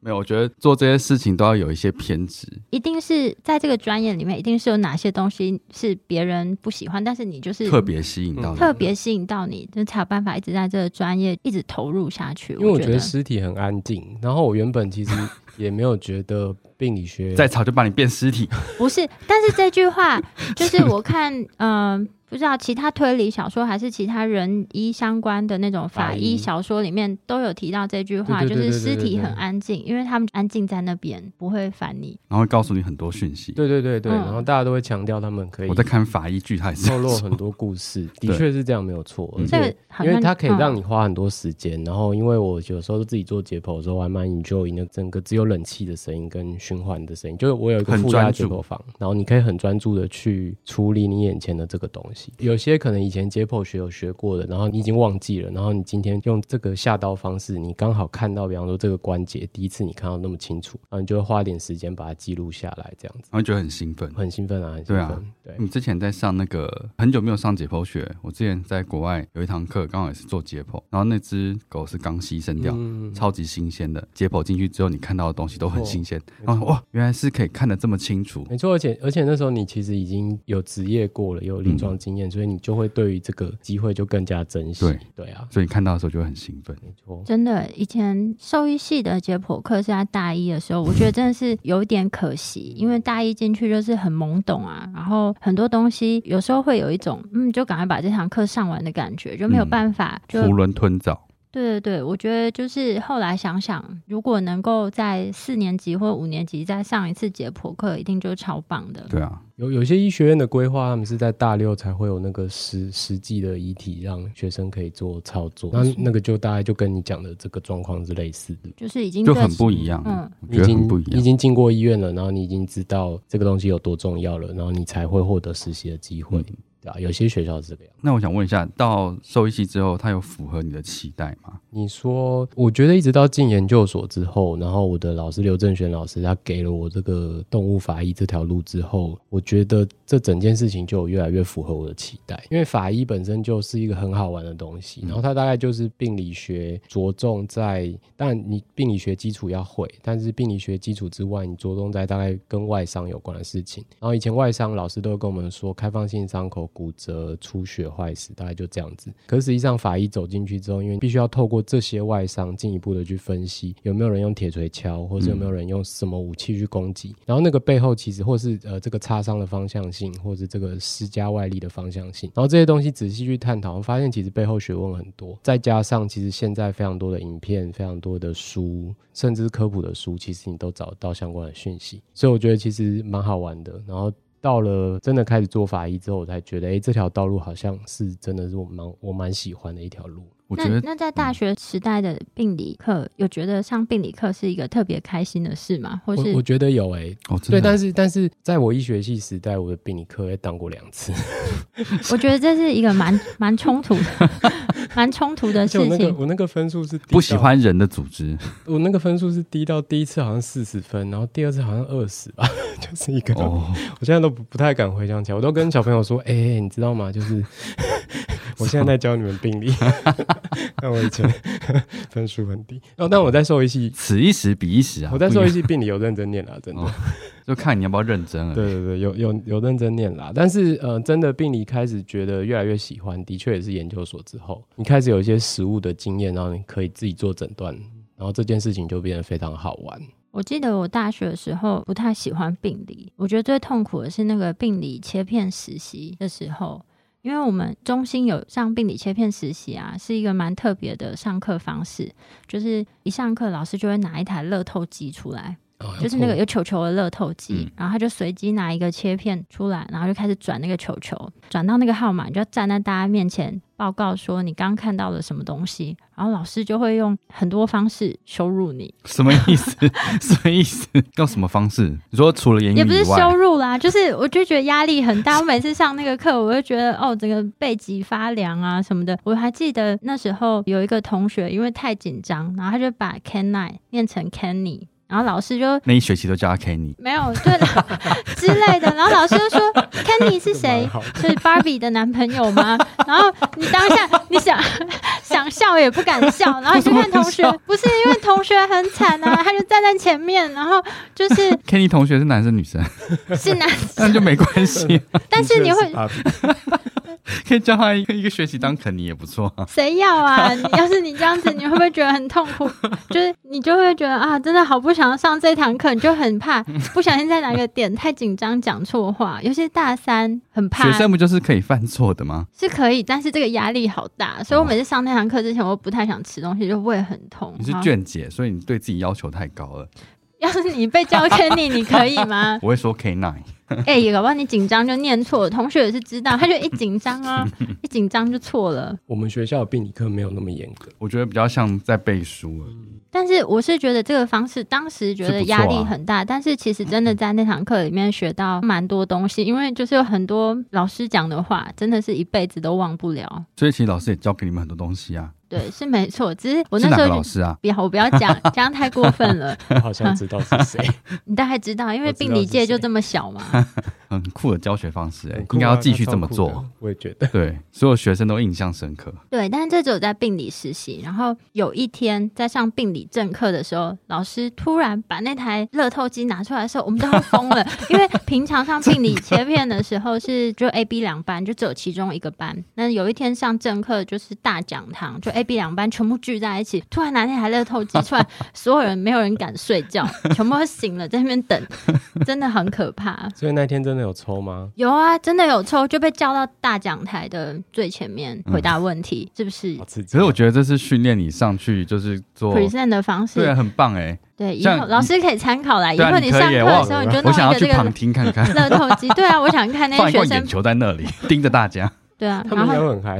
[SPEAKER 3] 没有，我觉得做这些事情都要有一些偏执。
[SPEAKER 1] 一定是在这个专业里面，一定是有哪些东西是别人不喜欢，但是你就是
[SPEAKER 3] 特别吸引到
[SPEAKER 4] 嗯
[SPEAKER 3] 你，
[SPEAKER 1] 特别吸引到你，就才有办法一直在这个专业一直投入下去。
[SPEAKER 4] 因为我
[SPEAKER 1] 觉
[SPEAKER 4] 觉得尸体很安静，然后我原本其实也没有觉得病理学
[SPEAKER 3] 再吵就把你变尸体。
[SPEAKER 1] 不是，但是这句话就是我看，嗯、不知道其他推理小说还是其他人医相关的那种法
[SPEAKER 4] 法
[SPEAKER 1] 医
[SPEAKER 4] 医
[SPEAKER 1] 小说里面都有提到这句话，
[SPEAKER 4] 对对对
[SPEAKER 1] 就是尸
[SPEAKER 4] 对对对
[SPEAKER 1] 体
[SPEAKER 4] 对
[SPEAKER 1] 很安静，因为他们安静在那边不会烦你。
[SPEAKER 3] 然后会告诉你很多讯息。
[SPEAKER 4] 对对对对，
[SPEAKER 1] 嗯
[SPEAKER 4] 然后大家都会强调他们可以
[SPEAKER 3] 我在看法医剧，他也是
[SPEAKER 4] 透露很多故事，的
[SPEAKER 3] 对
[SPEAKER 4] 确是这样，没有错。
[SPEAKER 3] 嗯
[SPEAKER 4] 而
[SPEAKER 1] 这
[SPEAKER 4] 且
[SPEAKER 1] 个好
[SPEAKER 4] 因
[SPEAKER 1] 像
[SPEAKER 4] 为它可以让
[SPEAKER 1] 嗯
[SPEAKER 4] 你花很多时间，然后因为我有时候自己做解剖的时候，我还蛮 enjoy 那整个只有冷气的声音跟循环的声音，就是我有一个
[SPEAKER 3] 很
[SPEAKER 4] 负压
[SPEAKER 3] 专
[SPEAKER 4] 解
[SPEAKER 3] 注
[SPEAKER 4] 剖房，然后你可以很专注的去处理你眼前的这个东西。有些可能以前解剖学有学过的，然后你已经忘记了，然后你今天用这个下刀方式，你刚好看到，比方说这个关节，第一次你看到那么清楚，然后你就会花点时间把它记录下来，这样子
[SPEAKER 3] 然后觉得很兴奋。
[SPEAKER 4] 很兴奋啊，很兴
[SPEAKER 3] 对啊
[SPEAKER 4] 奋，对。
[SPEAKER 3] 你之前在上那个很久没有上解剖学，我之前在国外有一堂课，刚好也是做解剖，然后那只狗是刚牺牲掉，
[SPEAKER 4] 嗯哦
[SPEAKER 3] 超级新鲜的。解剖进去之后，你看到的东西都很新鲜，
[SPEAKER 4] 没错
[SPEAKER 3] 然后哇，原来是可以看得这么清楚。
[SPEAKER 4] 没错，而且而且那时候你其实已经有职业过了，也有临
[SPEAKER 3] 嗯
[SPEAKER 4] 床经验，所以你就会对于这个机会就更加珍惜。
[SPEAKER 3] 对
[SPEAKER 4] 啊，
[SPEAKER 3] 所以你看到的时候就会很兴奋，
[SPEAKER 4] 没错。
[SPEAKER 1] 真的，以前兽医系的解剖课是在大一的时候，我觉得真的是有一点可惜，因为大一进去就是很懵懂啊，然后很多东西有时候会有一种嗯，就赶快把这堂课上完的感觉，就没有
[SPEAKER 3] 嗯
[SPEAKER 1] 办法、就
[SPEAKER 3] 囫囵吞枣。
[SPEAKER 1] 对对对，我觉得就是后来想想，如果能够在四年级或五年级再上一次解剖课，一定就是超棒的。
[SPEAKER 3] 对啊，
[SPEAKER 4] 有有些医学院的规划，他们是在大六才会有那个实实际的遗体，让学生可以做操作。那那个就大概就跟你讲的这个状况是类似的。
[SPEAKER 1] 就是已经
[SPEAKER 3] 就
[SPEAKER 1] 对
[SPEAKER 3] 很不一样，
[SPEAKER 1] 嗯
[SPEAKER 3] 我觉
[SPEAKER 4] 你已
[SPEAKER 3] 得
[SPEAKER 4] 经
[SPEAKER 3] 很不一
[SPEAKER 4] 你已
[SPEAKER 3] 样。
[SPEAKER 4] 经进过医院了，然后你已经知道这个东西有多重要了，然后你才会获得实习的机会，
[SPEAKER 3] 嗯
[SPEAKER 4] 对啊，有些学校是这个样子。
[SPEAKER 3] 那我想问一下，到兽医系之后，它有符合你的期待吗？
[SPEAKER 4] 你说，我觉得一直到进研究所之后，然后我的老师刘正玄老师他给了我这个动物法医这条路之后，我觉得这整件事情就有越来越符合我的期待，因为法医本身就是一个很好玩的东西，然后它大概就是病理学着重在，当然你病理学基础要会，但是病理学基础之外，你着重在大概跟外伤有关的事情。然后以前外伤老师都会跟我们说，开放性伤口、骨折、出血、坏死，大概就这样子。可是实际上，法医走进去之后，因为必须要透过这些外伤进一步的去分析，有没有人用铁锤敲，或是有没有人用什么武器去攻击，然后那个背后其实或是呃这个擦伤的方向性，或是这个施加外力的方向性，然后这些东西仔细去探讨，发现其实背后学问很多。再加上其实现在非常多的影片、非常多的书，甚至科普的书，其实你都找得到相关的讯息，所以我觉得其实蛮好玩的。然后到了真的开始做法医之后，我才觉得，哎、这条道路好像是真的是我蛮我蛮喜欢的一条路。
[SPEAKER 3] 我
[SPEAKER 1] 那
[SPEAKER 3] 觉得嗯
[SPEAKER 1] 那在大学时代的病理课，有觉得上病理课是一个特别开心的事吗？或
[SPEAKER 4] 我
[SPEAKER 1] 是
[SPEAKER 4] 我觉得有哎、
[SPEAKER 3] 哦，真
[SPEAKER 4] 对，
[SPEAKER 3] 的
[SPEAKER 4] 但是但是在我医学系时代，我的病理科也当过两次，
[SPEAKER 1] 我觉得这是一个蛮 蛮冲突的、 蛮冲突的
[SPEAKER 4] 而且我
[SPEAKER 1] 事
[SPEAKER 4] 那个
[SPEAKER 1] 情。
[SPEAKER 4] 我那个分数是低
[SPEAKER 3] 不喜
[SPEAKER 4] 到，
[SPEAKER 3] 欢人的组 织，
[SPEAKER 4] 我那个分数是低到第一次好像四十分，然后第二次好像二十吧， 就是一个、
[SPEAKER 3] 哦，
[SPEAKER 4] 我现在都不不太敢回想起来，我都跟小朋友说，哎、你知道吗？就是 我现在在教你们病理， 但我以前 分数很低，然后但我在兽医系
[SPEAKER 3] 此一时彼一时啊。
[SPEAKER 4] 我在
[SPEAKER 3] 不一
[SPEAKER 4] 兽医
[SPEAKER 3] 样
[SPEAKER 4] 系病理有认真念啦，真的。
[SPEAKER 3] 哦就看你要不要认真了。
[SPEAKER 4] 对对对，有有有认真念啦，但是呃，真的病理开始觉得越来越喜欢，的确也是研究所之后，你开始有一些实物的经验，然后你可以自己做诊断，然后这件事情就变得非常好玩。
[SPEAKER 1] 我记得我大学的时候不太喜欢病理，我觉得最痛苦的是那个病理切片实习的时候，因为我们中心有上病理切片实习啊，是一个蛮特别的上课方式，就是一上课老师就会拿一台乐透机出来，
[SPEAKER 4] 啊
[SPEAKER 1] 哦就是那个有球球的乐透机，
[SPEAKER 3] 嗯
[SPEAKER 1] 然后他就随机拿一个切片出来，然后就开始转那个球球，转到那个号码，你就要站在大家面前报告说你刚看到了什么东西，然后老师就会用很多方式羞辱你，
[SPEAKER 3] 什么意思？ 什么意思？用什么方式？你说除了言语
[SPEAKER 1] 也不是
[SPEAKER 3] 以外，
[SPEAKER 1] 羞辱啦，就是我就觉得压力很大。我每次上那个课，我就觉得哦，整个背脊发凉啊什么的。我还记得那时候有一个同学因为太紧张，然后他就把 can I 念成 canny，然后老师就
[SPEAKER 3] 那一学期都叫他 Kenny。
[SPEAKER 1] 没有，对 的之类的。然后老师就说 ：“Kenny 是谁？是 Barbie 的男朋友吗？” 然后你当下你想 想笑也不敢笑，然后你就看同学，不是因为同学很惨啊，他就站在前面，然后就是
[SPEAKER 3] Kenny 同学是男生女生，
[SPEAKER 1] 是男
[SPEAKER 3] 那
[SPEAKER 1] 生，
[SPEAKER 3] 就没关系。
[SPEAKER 1] 但是你会
[SPEAKER 4] 啊，
[SPEAKER 3] 可以教他一个一个学期当肯尼也不错啊。
[SPEAKER 1] 谁要啊？你要是你这样子，你会不会觉得很痛 苦？就是你就会觉得啊，真的好不想要上这堂课，你就很怕，不小心在哪个点太紧张讲错话，尤其是大三很怕
[SPEAKER 3] 学生不就是可以犯错的吗？
[SPEAKER 1] 是可以，但是这个压力好大，所以我每次上那堂课之前，我不太想吃东西，就胃很痛。
[SPEAKER 3] 你是
[SPEAKER 1] 好
[SPEAKER 3] 卷姐，所以你对自己要求太高 了。？
[SPEAKER 1] 要是你被叫 Kenny，你可以吗
[SPEAKER 3] 我会说 K nine，
[SPEAKER 1] 哎、搞不好你紧张就念错了，同学也是知道，他就一紧张 啊，一紧张就错了。
[SPEAKER 4] 我们学校的病理科没有那么严格，
[SPEAKER 3] 我觉得比较像在背书而已。
[SPEAKER 1] 但是我是觉得这个方式，当时觉得压力很大，但是其实真的在那堂课里面学到蛮多东西，因为就是有很多老师讲的话，真的是一辈子都忘不了。
[SPEAKER 3] 所以其实老师也教给你们很多东西啊。
[SPEAKER 1] 对，是没错，只是我
[SPEAKER 3] 是
[SPEAKER 1] 那
[SPEAKER 3] 哪
[SPEAKER 1] 时
[SPEAKER 3] 个
[SPEAKER 1] 候
[SPEAKER 3] 老
[SPEAKER 1] 就
[SPEAKER 3] 师啊？
[SPEAKER 1] 不要，我不要讲，这样太过分了。
[SPEAKER 4] 我好像知道是 谁。
[SPEAKER 1] 你大概知道，因为
[SPEAKER 4] 我知道
[SPEAKER 1] 病理界
[SPEAKER 4] 是谁
[SPEAKER 1] 就这么小嘛。
[SPEAKER 3] 很酷的教学方式、欸
[SPEAKER 4] 很，酷啊
[SPEAKER 3] 应该要继续这么
[SPEAKER 4] 那超酷
[SPEAKER 3] 做。
[SPEAKER 4] 的我也觉得。
[SPEAKER 3] 对，所有学生都印象深刻。
[SPEAKER 1] 对，但是这只有在病理实习。然后有一天在上病理正课的时候，老师突然把那台乐透机拿出来的时候，我们都要疯了，因为平常上病理切片的时候是就 A、B 两班，就只有其中一个班。那有一天上正课就是大讲堂，就 A、B 两班全部聚在一起，突然拿那台乐透机出来， 所有人没有人敢睡觉，全部都醒了在那边等，真的很可怕。
[SPEAKER 4] 所以那天真的有抽吗？
[SPEAKER 1] 有啊，真的有抽，就被叫到大讲台的最前面回答问题，是不是
[SPEAKER 4] 好刺激！
[SPEAKER 3] 可是我觉得这是训练你上去就是做，
[SPEAKER 1] present 的方式？
[SPEAKER 3] 对啊，很棒哎、
[SPEAKER 1] 对以
[SPEAKER 3] 像
[SPEAKER 1] 后老师可以参考啦。以
[SPEAKER 3] 对啊
[SPEAKER 1] 后
[SPEAKER 3] 你可
[SPEAKER 1] 上
[SPEAKER 3] 以
[SPEAKER 1] 课
[SPEAKER 3] 哇
[SPEAKER 1] 的时候，你就
[SPEAKER 3] 我想
[SPEAKER 1] 弄
[SPEAKER 3] 要
[SPEAKER 1] 一个
[SPEAKER 3] 去
[SPEAKER 1] 这
[SPEAKER 3] 旁
[SPEAKER 1] 个
[SPEAKER 3] 听看看，
[SPEAKER 1] 乐透机。对啊，我想看 那
[SPEAKER 3] 放一
[SPEAKER 1] 些学
[SPEAKER 3] 罐眼
[SPEAKER 1] 生。
[SPEAKER 3] 球在那里盯着大家，
[SPEAKER 1] 对啊，
[SPEAKER 4] 他
[SPEAKER 1] 然
[SPEAKER 4] 们
[SPEAKER 1] 后
[SPEAKER 4] 都很嗨，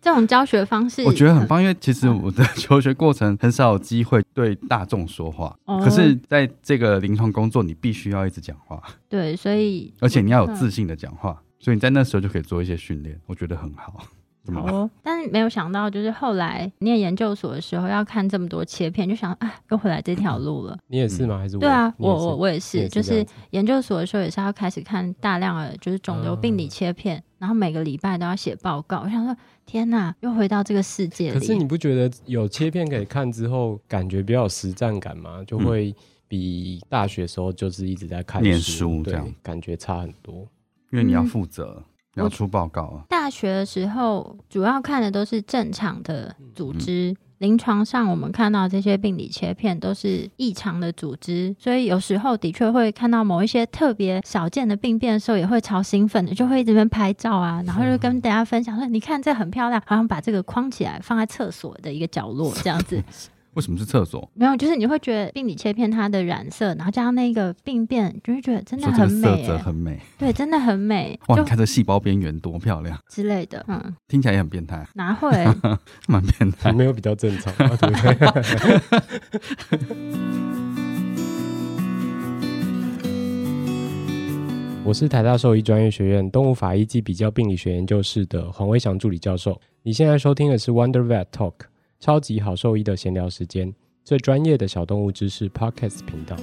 [SPEAKER 1] 这种教学方式，
[SPEAKER 3] 我觉得很。棒，因为其实我的 求学过程很少有机会对大众说话，
[SPEAKER 1] 哦
[SPEAKER 3] 可是在这个临床工作，你必须要一直讲话，
[SPEAKER 1] 对，所以
[SPEAKER 3] 而且你要有自信的讲话，所以你在那时候就可以做一些训练，我觉得很好。怎么
[SPEAKER 1] 好
[SPEAKER 3] 了？
[SPEAKER 1] 哦。但是没有想到，就是后来念研究所的时候要看这么多切片，就想啊，又回来这条路了。
[SPEAKER 4] 你也是吗？还是我？
[SPEAKER 1] 对啊，
[SPEAKER 4] 你
[SPEAKER 1] 我
[SPEAKER 4] 也是
[SPEAKER 1] 我我也
[SPEAKER 4] 你
[SPEAKER 1] 是，
[SPEAKER 4] 也
[SPEAKER 1] 就是
[SPEAKER 4] 这样子
[SPEAKER 1] 研究所的时候也是要开始看大量的就是肿瘤病理切片，
[SPEAKER 4] 嗯
[SPEAKER 1] 然后每个礼拜都要写报告。我想说，天哪，又回到这个世界
[SPEAKER 4] 可是
[SPEAKER 1] 里。
[SPEAKER 4] 你不觉得有切片可以看之后，感觉比较有实战感吗？就会比大学时候就是一直在看
[SPEAKER 3] 嗯念书
[SPEAKER 4] 书
[SPEAKER 3] 这样
[SPEAKER 4] 对感觉差很多。
[SPEAKER 3] 因为你
[SPEAKER 1] 嗯
[SPEAKER 3] 要负责，你要出报告啊。
[SPEAKER 1] 大学的时候主要看的都是正常的组
[SPEAKER 4] 嗯
[SPEAKER 1] 织。临床上，我们看到这些病理切片都是异常的组织，所以有时候的确会看到某一些特别少见的病变的时候，也会超兴奋的，就会一直边拍照啊，
[SPEAKER 4] 嗯
[SPEAKER 1] 然后就跟大家分享说：“你看这很漂亮，好像把这个框起来放在厕所的一个角落这样子。”
[SPEAKER 3] 为什么是厕所？
[SPEAKER 1] 没有，就是你会觉得病理切片它的染色，然后加上那个病变，就会觉得真的
[SPEAKER 3] 说这
[SPEAKER 1] 很
[SPEAKER 3] 个
[SPEAKER 1] 美
[SPEAKER 3] 色
[SPEAKER 1] 欸、
[SPEAKER 3] 泽很美，
[SPEAKER 1] 对，真的很美，
[SPEAKER 3] 哇！
[SPEAKER 1] 就
[SPEAKER 3] 你看这细胞边缘多漂亮，
[SPEAKER 1] 之类的，嗯，
[SPEAKER 3] 听起来也很变态，
[SPEAKER 1] 哪会？
[SPEAKER 3] 蛮变态。
[SPEAKER 4] 没有比较正常吗，对 不对？我是台大兽医专业学院动物法医暨比较病理学研究室的黄威翔助理教授。你现在收听的是 Wonder Vet Talk，超级好兽医的闲聊时间，最专业的小动物知识 Podcast 频道。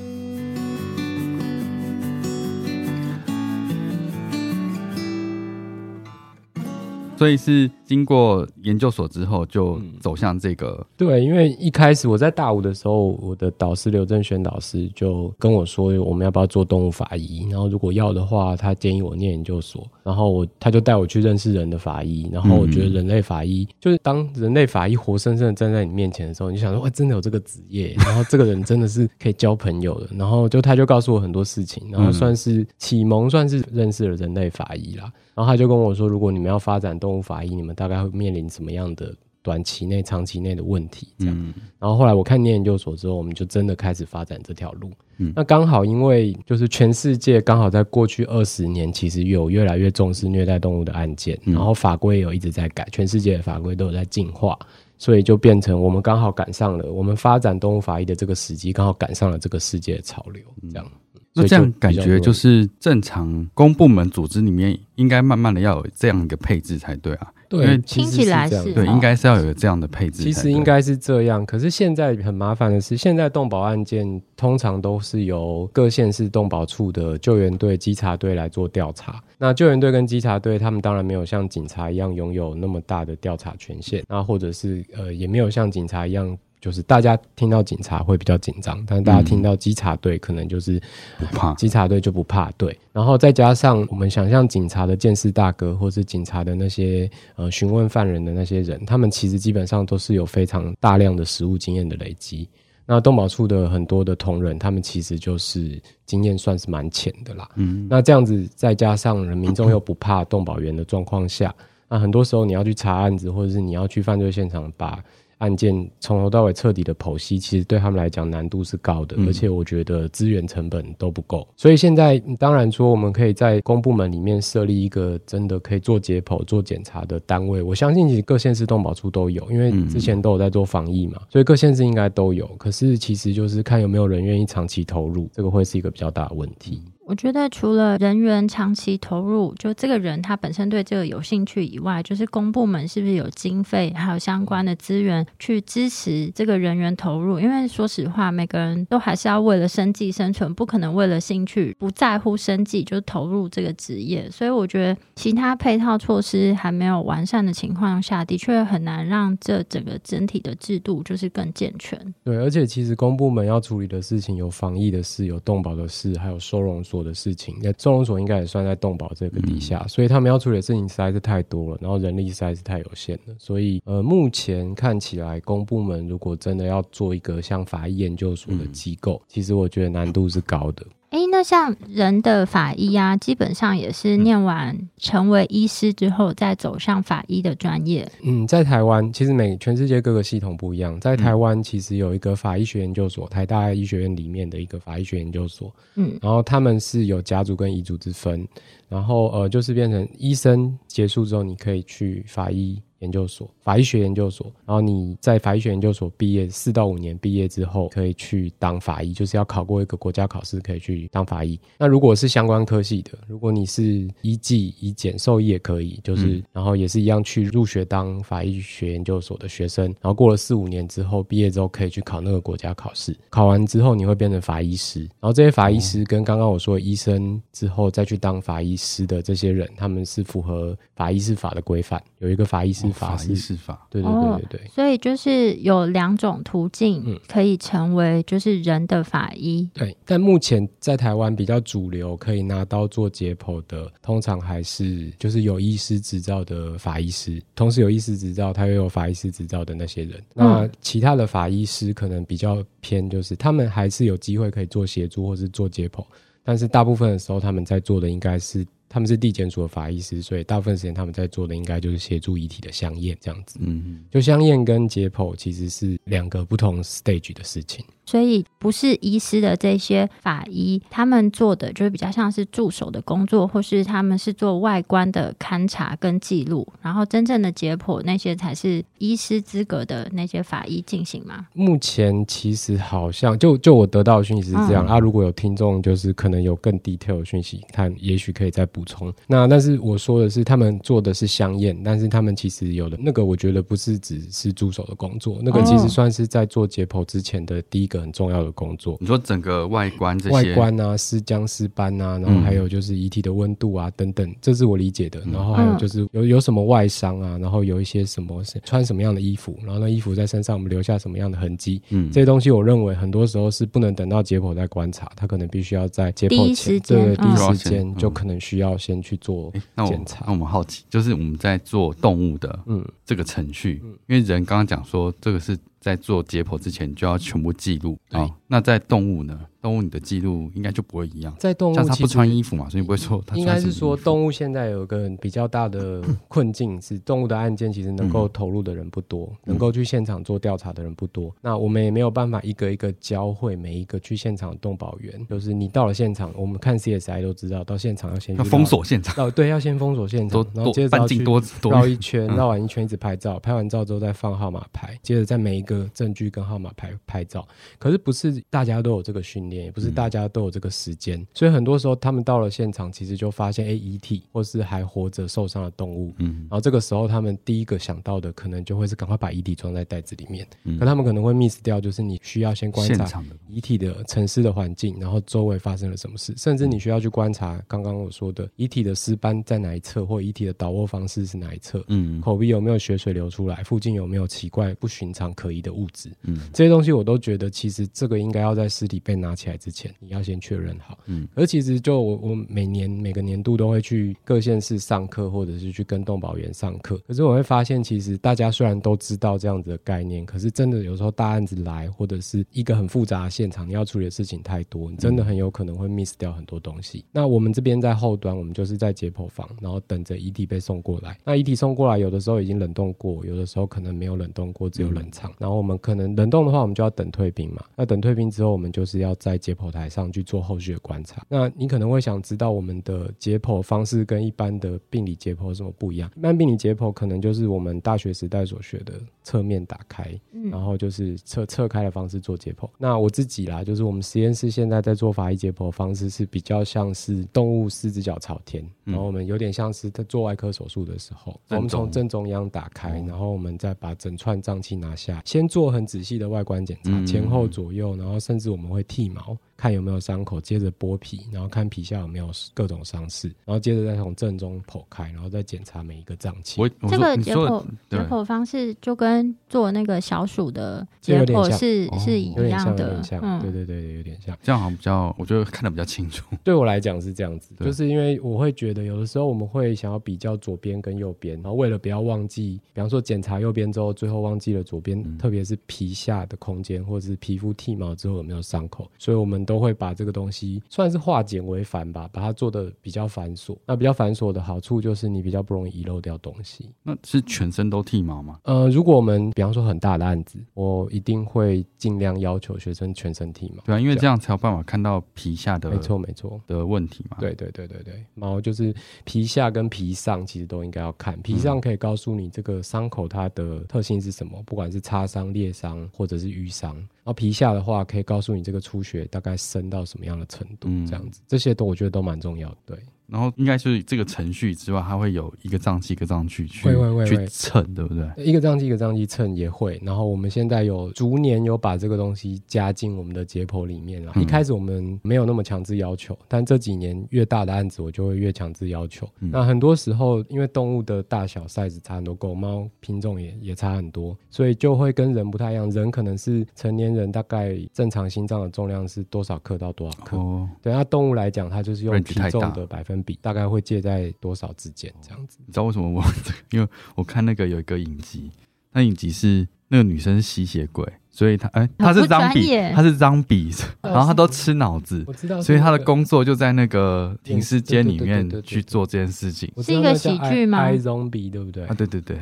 [SPEAKER 3] 所以是经过研究所之后，就走向这个，
[SPEAKER 4] 对，因为一开始我在大五的时候，我的导师刘正轩导师就跟我说，我们要不要做动物法医？然后如果要的话，他建议我念研究所。然后我他就带我去认识人的法医。然后我觉得人类法医、就是当人类法医活生生的站在你面前的时候，你就想说，哇，真的有这个职业，然后这个人真的是可以交朋友的。然后就他就告诉我很多事情，然后算是启蒙，算是认识了人类法医啦。然后他就跟我说，如果你们要发展动物法医，你们大概会面临什么样的短期内、长期内的问题？这样。
[SPEAKER 3] 嗯，
[SPEAKER 4] 然后后来我看念研究所之后，我们就真的开始发展这条路。
[SPEAKER 3] 嗯
[SPEAKER 4] 那刚好因为就是全世界刚好在过去二十年，其实有越来越重视虐待动物的案件，
[SPEAKER 3] 嗯
[SPEAKER 4] 然后法规也有一直在改，全世界的法规都有在进化，所以就变成我们刚好赶上了我们发展动物法医的这个时机，刚好赶上了这个世界的潮流，这样。
[SPEAKER 3] 嗯那
[SPEAKER 4] 所以
[SPEAKER 3] 这
[SPEAKER 4] 就
[SPEAKER 3] 样感
[SPEAKER 4] 比较
[SPEAKER 3] 觉
[SPEAKER 4] 多
[SPEAKER 3] 就。是正常公部门组织里面应该慢慢的要有这样一个配置才对啊，因
[SPEAKER 4] 对
[SPEAKER 3] 为，
[SPEAKER 4] 其
[SPEAKER 1] 听
[SPEAKER 4] 实
[SPEAKER 1] 起来
[SPEAKER 4] 这样
[SPEAKER 1] 是
[SPEAKER 3] 对，应该是要有这样的配置才对，
[SPEAKER 4] 其实应该是这样，可是现在很麻烦的是，现在动保案件通常都是由各县市动保处的救援队、稽查队来做调查。那救援队跟稽查队，他们当然没有像警察一样拥有那么大的调查权限，那或者是呃，也没有像警察一样。就是大家听到警察会比较紧张，但是大家听到稽查队可能就是
[SPEAKER 3] 不怕
[SPEAKER 4] 稽查队就不怕，对。然后再加上我们想象警察的见识大哥，或是警察的那些呃询问犯人的那些人，他们其实基本上都是有非常大量的实务经验的累积。那动保处的很多的同仁，他们其实就是经验算是蛮浅的啦。嗯，那这样子再加上人民众又不怕动保员的状况下，那很多时候你要去查案子，或者是你要去犯罪现场把案件从头到尾彻底的剖析，其实对他们来讲难度是高的，而且我觉得资源成本都不够。所以现在当然说，我们可以在公部门里面设立一个真的可以做解剖、做检查的单位。我相信其实各县市动保处都有，因为之前都有在做防疫嘛，所以各县市应该都有。可是其实就是看有没有人愿意长期投入，这个会是一个比较大的问题。
[SPEAKER 1] 我觉得除了人员长期投入，就这个人他本身对这个有兴趣以外，就是公部门是不是有经费，还有相关的资源去支持这个人员投入？因为说实话，每个人都还是要为了生计生存，不可能为了兴趣不在乎生计就投入这个职业。所以我觉得其他配套措施还没有完善的情况下，的确很难让这整个整体的制度就是更健全。
[SPEAKER 4] 对，而且其实公部门要处理的事情有防疫的事，有动保的事，还有收容所的事情。那收容所应该也算在动保这个底下，所以他们要处理的事情实在是太多了，然后人力实在是太有限了。所以呃，目前看起来公部门如果真的要做一个像法医研究所的机构，其实我觉得难度是高的。
[SPEAKER 1] 诶，那像人的法医啊，基本上也是
[SPEAKER 2] 嗯
[SPEAKER 1] 念完成为医师之后，再走上法医的专业。
[SPEAKER 4] 嗯，在台湾，其实每全世界各个系统不一样。在台湾，其实有一个法医学研究所，台大医学院里面的一个法医学研究所。
[SPEAKER 1] 嗯，
[SPEAKER 4] 然后他们是有家族跟遗嘱之分，然后呃，就是变成医生结束之后，你可以去法医研究所、法医学研究所，然后你在法医学研究所毕业四到五年，毕业之后可以去当法医，就是要考过一个国家考试，可以去当法医。那如果是相关科系的，如果你是医技、医检、兽医也可以，就是、
[SPEAKER 3] 嗯
[SPEAKER 4] 然后也是一样去入学当法医学研究所的学生，然后过了四五年之后，毕业之后可以去考那个国家考试，考完之后你会变成法医师，然后这些法医
[SPEAKER 3] 哦
[SPEAKER 4] 师跟刚刚我说的医生之后再去当法医师的这些人，他们是符合法医师法的规范，有一个法医师
[SPEAKER 3] 哦
[SPEAKER 4] 法
[SPEAKER 3] 法
[SPEAKER 4] 是，
[SPEAKER 3] 医师法，
[SPEAKER 4] 对对对对对。
[SPEAKER 1] 所以就是有两种途
[SPEAKER 2] 嗯
[SPEAKER 1] 径可以成为就是人的法医。
[SPEAKER 4] 对，但目前在台湾比较主流可以拿刀做解剖的，通常还是就是有医师执照的法医师，同时有医师执照，他又有法医师执照的那些人。那其他的法医师可能比较偏，就是他们还是有机会可以做协助或是做解剖，但是大部分的时候他们在做的应该是。他们是地检署的法医师，所以大部分时间他们在做的应该就是协助遗体的相验这样子。
[SPEAKER 3] 嗯，
[SPEAKER 4] 就相验跟解剖其实是两个不同 stage 的事情。
[SPEAKER 1] 所以不是医师的这些法医，他们做的就是比较像是助手的工作，或是他们是做外观的勘察跟记录，然后真正的解剖那些才是医师资格的那些法医进行吗？
[SPEAKER 4] 目前其实好像就就我得到的讯息是这样、
[SPEAKER 1] 嗯
[SPEAKER 4] 啊，如果有听众就是可能有更 detail 的讯息，看也许可以再补充。那但是我说的是他们做的是香艳，但是他们其实有的那个我觉得不是只是助手的工作，那个其
[SPEAKER 1] 哦
[SPEAKER 4] 实算是在做解剖之前的第一个很重要的工作。
[SPEAKER 3] 你说整个外观这
[SPEAKER 4] 外
[SPEAKER 3] 些，嗯
[SPEAKER 4] 观啊、尸僵尸斑啊，然后还有就是遗体的温度啊等等，这是我理解的。然后还有就是
[SPEAKER 1] 嗯
[SPEAKER 4] 有有什么外伤啊，然后有一些什么是穿什么样的衣服，然后那衣服在身上我们留下什么样的痕迹，
[SPEAKER 3] 嗯
[SPEAKER 4] 这些东西我认为很多时候是不能等到解剖再观察，他可能必须要在解
[SPEAKER 1] 第一
[SPEAKER 4] 剖
[SPEAKER 1] 时
[SPEAKER 4] 前，
[SPEAKER 1] 间
[SPEAKER 4] 对，第一
[SPEAKER 3] 嗯
[SPEAKER 4] 时间
[SPEAKER 3] 嗯
[SPEAKER 4] 就可能需要先去做
[SPEAKER 3] 诶那我
[SPEAKER 4] 检查
[SPEAKER 3] 那我。们好奇，就是我们在做动物的
[SPEAKER 4] 嗯，
[SPEAKER 3] 这个程序，因为人刚刚讲说这个是在做解剖之前就要全部记录啊、
[SPEAKER 4] 对
[SPEAKER 3] 哦那在动物呢？动物你的记录应该就不会一样，
[SPEAKER 4] 在动
[SPEAKER 3] 像
[SPEAKER 4] 物
[SPEAKER 3] 它
[SPEAKER 4] 其
[SPEAKER 3] 不
[SPEAKER 4] 实
[SPEAKER 3] 穿衣服嘛，所以你不会说它
[SPEAKER 4] 应
[SPEAKER 3] 穿
[SPEAKER 4] 该
[SPEAKER 3] 什么
[SPEAKER 4] 是说，
[SPEAKER 3] 衣服
[SPEAKER 4] 动物现在有个比较 大的困境是，动物的案件其实能够
[SPEAKER 3] 嗯
[SPEAKER 4] 投入的人不多，能够去现场做调查的人不多。那我们也没有办法一个一个教会每一个去现场的动保员，就是你到了现场，我们看 CSI 都知道，到现场要先去
[SPEAKER 3] 要封锁现场，
[SPEAKER 4] 绕，哦，对，要先封锁现
[SPEAKER 3] 多
[SPEAKER 4] 场，然后接
[SPEAKER 3] 多
[SPEAKER 4] 着要
[SPEAKER 3] 半
[SPEAKER 4] 去
[SPEAKER 3] 径多多
[SPEAKER 4] 绕
[SPEAKER 3] 远
[SPEAKER 4] 一圈，绕完一圈一直拍照，拍完照之后再放号码牌，接着在每一个证据跟号码牌拍照。可是不是大家都有这个训训练，也不是大家都有这个时间，所以很多时候他们到了现场，其实就发现哎遗体或是还活着受伤的动物，
[SPEAKER 2] 嗯
[SPEAKER 4] 然后这个时候他们第一个想到的可能就会是赶快把遗体装在袋子里面，
[SPEAKER 2] 嗯
[SPEAKER 4] 可他们可能会 miss 掉，就是你需要先观
[SPEAKER 3] 现
[SPEAKER 4] 察
[SPEAKER 3] 场的
[SPEAKER 4] 遗体的城市的环境，然后周围发生了什么事，甚至你需要去观察刚刚我说的遗体的尸斑在哪一侧，或遗体的倒卧方式是哪一侧，
[SPEAKER 2] 嗯
[SPEAKER 4] 口鼻有没有血水流出来，附近有没有奇怪不寻常可疑的物质，
[SPEAKER 2] 嗯
[SPEAKER 4] 这些东西我都觉得其实这个应该要在尸体被拿起来之前，你要先确认好。
[SPEAKER 2] 嗯
[SPEAKER 4] 嗯，而其实就我我每年每个年度都会去各县市上课，或者是去跟动保员上课，可是我会发现，其实大家虽然都知道这样子的概念，可是真的有时候大案子来，或者是一个很复杂的现场，你要处理的事情太多，你真的很有可能会 miss 掉很多东西。那我们这边在后端，我们就是在解剖房，然后等着遗体被送过来。那遗体送过来，有的时候已经冷冻过，有的时候可能没有冷冻过，只有冷藏。然后我们可能冷冻的话，我们就要等退冰嘛。那等退冰之后，我们就是要在解剖台上去做后续的观察。那你可能会想知道我们的解剖方式跟一般的病理解剖有什么不一样？一般病理解剖可能就是我们大学时代所学的侧面打开，
[SPEAKER 1] 嗯
[SPEAKER 4] 然后就是侧侧开的方式做解剖。那我自己啦，就是我们实验室现在在做法医解剖的方式是比较像是动物四只脚朝天，然后我们有点像是在做外科手术的时候，
[SPEAKER 2] 嗯正
[SPEAKER 4] 我们从
[SPEAKER 2] 中哦
[SPEAKER 4] 正中央打开，然后我们再把整串脏器拿下，先做很仔细的外观检查，
[SPEAKER 2] 嗯
[SPEAKER 4] 前后左右，然后甚至我们会剃毛。看有没有伤口，接着剥皮，然后看皮下有没有各种伤势，然后接着再从正中剖开，然后再检查每一个脏器。
[SPEAKER 2] 我我
[SPEAKER 1] 这
[SPEAKER 2] 说
[SPEAKER 1] 个
[SPEAKER 2] 你
[SPEAKER 1] 解
[SPEAKER 2] 说
[SPEAKER 1] 剖
[SPEAKER 2] 的
[SPEAKER 1] 解
[SPEAKER 2] 对
[SPEAKER 1] 剖方式就跟做那个小鼠的
[SPEAKER 4] 这
[SPEAKER 1] 解
[SPEAKER 4] 有点
[SPEAKER 1] 剖
[SPEAKER 4] 像
[SPEAKER 1] 是
[SPEAKER 2] 哦
[SPEAKER 1] 是一
[SPEAKER 4] 有点像，
[SPEAKER 1] 样
[SPEAKER 4] 有
[SPEAKER 1] 的
[SPEAKER 4] 点，像，对
[SPEAKER 1] 嗯，
[SPEAKER 4] 对对，有点像。
[SPEAKER 3] 这样好像比较，我觉得看得比较清楚。
[SPEAKER 4] 对我来讲是这样子，
[SPEAKER 3] 对
[SPEAKER 4] 就是因为我会觉得有的时候我们会想要比较左边跟右边，然后为了不要忘记，比方说检查右边之后，最后忘记了左边，特别是皮下的空间或者是皮肤剃毛之后有没有伤口，所以我们都会把这个东西算是化简为繁吧，把它做的比较繁琐。那比较繁琐的好处就是你比较不容易遗漏掉东西。
[SPEAKER 3] 那是全身都剃毛吗？
[SPEAKER 4] 呃，如果我们比方说很大的案子，我一定会尽量要求学生全身剃毛。
[SPEAKER 3] 对啊，因为
[SPEAKER 4] 这
[SPEAKER 3] 这样才有办法看到皮下的
[SPEAKER 4] 没错，没错。
[SPEAKER 3] 的问题嘛。，
[SPEAKER 4] 对对对对对，毛就是皮下跟皮上其实都应该要看，皮上可以告诉你这个伤口它的特性是什么，不管是擦伤、裂伤或者是淤伤。然后皮下的话，可以告诉你这个出血大概深到什么样的程度，
[SPEAKER 2] 嗯
[SPEAKER 4] 这样子，这些都我觉得都蛮重要的。对，
[SPEAKER 3] 然后应该是这个程序之外，它会有一个脏器一个脏器去
[SPEAKER 4] 会会会
[SPEAKER 3] 去
[SPEAKER 4] 会
[SPEAKER 3] 称，对不对？
[SPEAKER 4] 一个脏器一个脏器称也会，然后我们现在有逐年有把这个东西加进我们的解剖里面了。
[SPEAKER 2] 嗯
[SPEAKER 4] 一开始我们没有那么强制要求，但这几年越大的案子我就会越强制要求。
[SPEAKER 2] 嗯
[SPEAKER 4] 那很多时候因为动物的大小 size 差很多，狗猫品种也也差很多，所以就会跟人不太一样。人可能是成年人大概正常心脏的重量是多少克到多少克，
[SPEAKER 3] 哦，
[SPEAKER 4] 对，那动物来讲它就是用
[SPEAKER 3] Range
[SPEAKER 4] 体
[SPEAKER 3] 太
[SPEAKER 4] 重
[SPEAKER 3] 大
[SPEAKER 4] 的百分比，大概会介在多少之间这样子。
[SPEAKER 3] 你知道为什么我？因为我看那个有一个影集，那影集是那个女生是吸血鬼，所以她哎、她是
[SPEAKER 1] 不专
[SPEAKER 3] 脏笔
[SPEAKER 1] 业，
[SPEAKER 3] 她是脏 笔，然后她都吃脑子，
[SPEAKER 4] 我知 道，
[SPEAKER 3] 所以她的
[SPEAKER 4] 工。
[SPEAKER 3] 工作就在那个停尸间里
[SPEAKER 4] 对对对对
[SPEAKER 3] 面
[SPEAKER 4] 对对
[SPEAKER 3] 去做这件事情
[SPEAKER 4] 我
[SPEAKER 1] 是
[SPEAKER 4] 知道
[SPEAKER 1] 一个
[SPEAKER 4] 那叫
[SPEAKER 1] 喜
[SPEAKER 4] I-
[SPEAKER 1] 剧吗
[SPEAKER 4] ？I Zombie 对不对
[SPEAKER 3] 啊！？对对 对，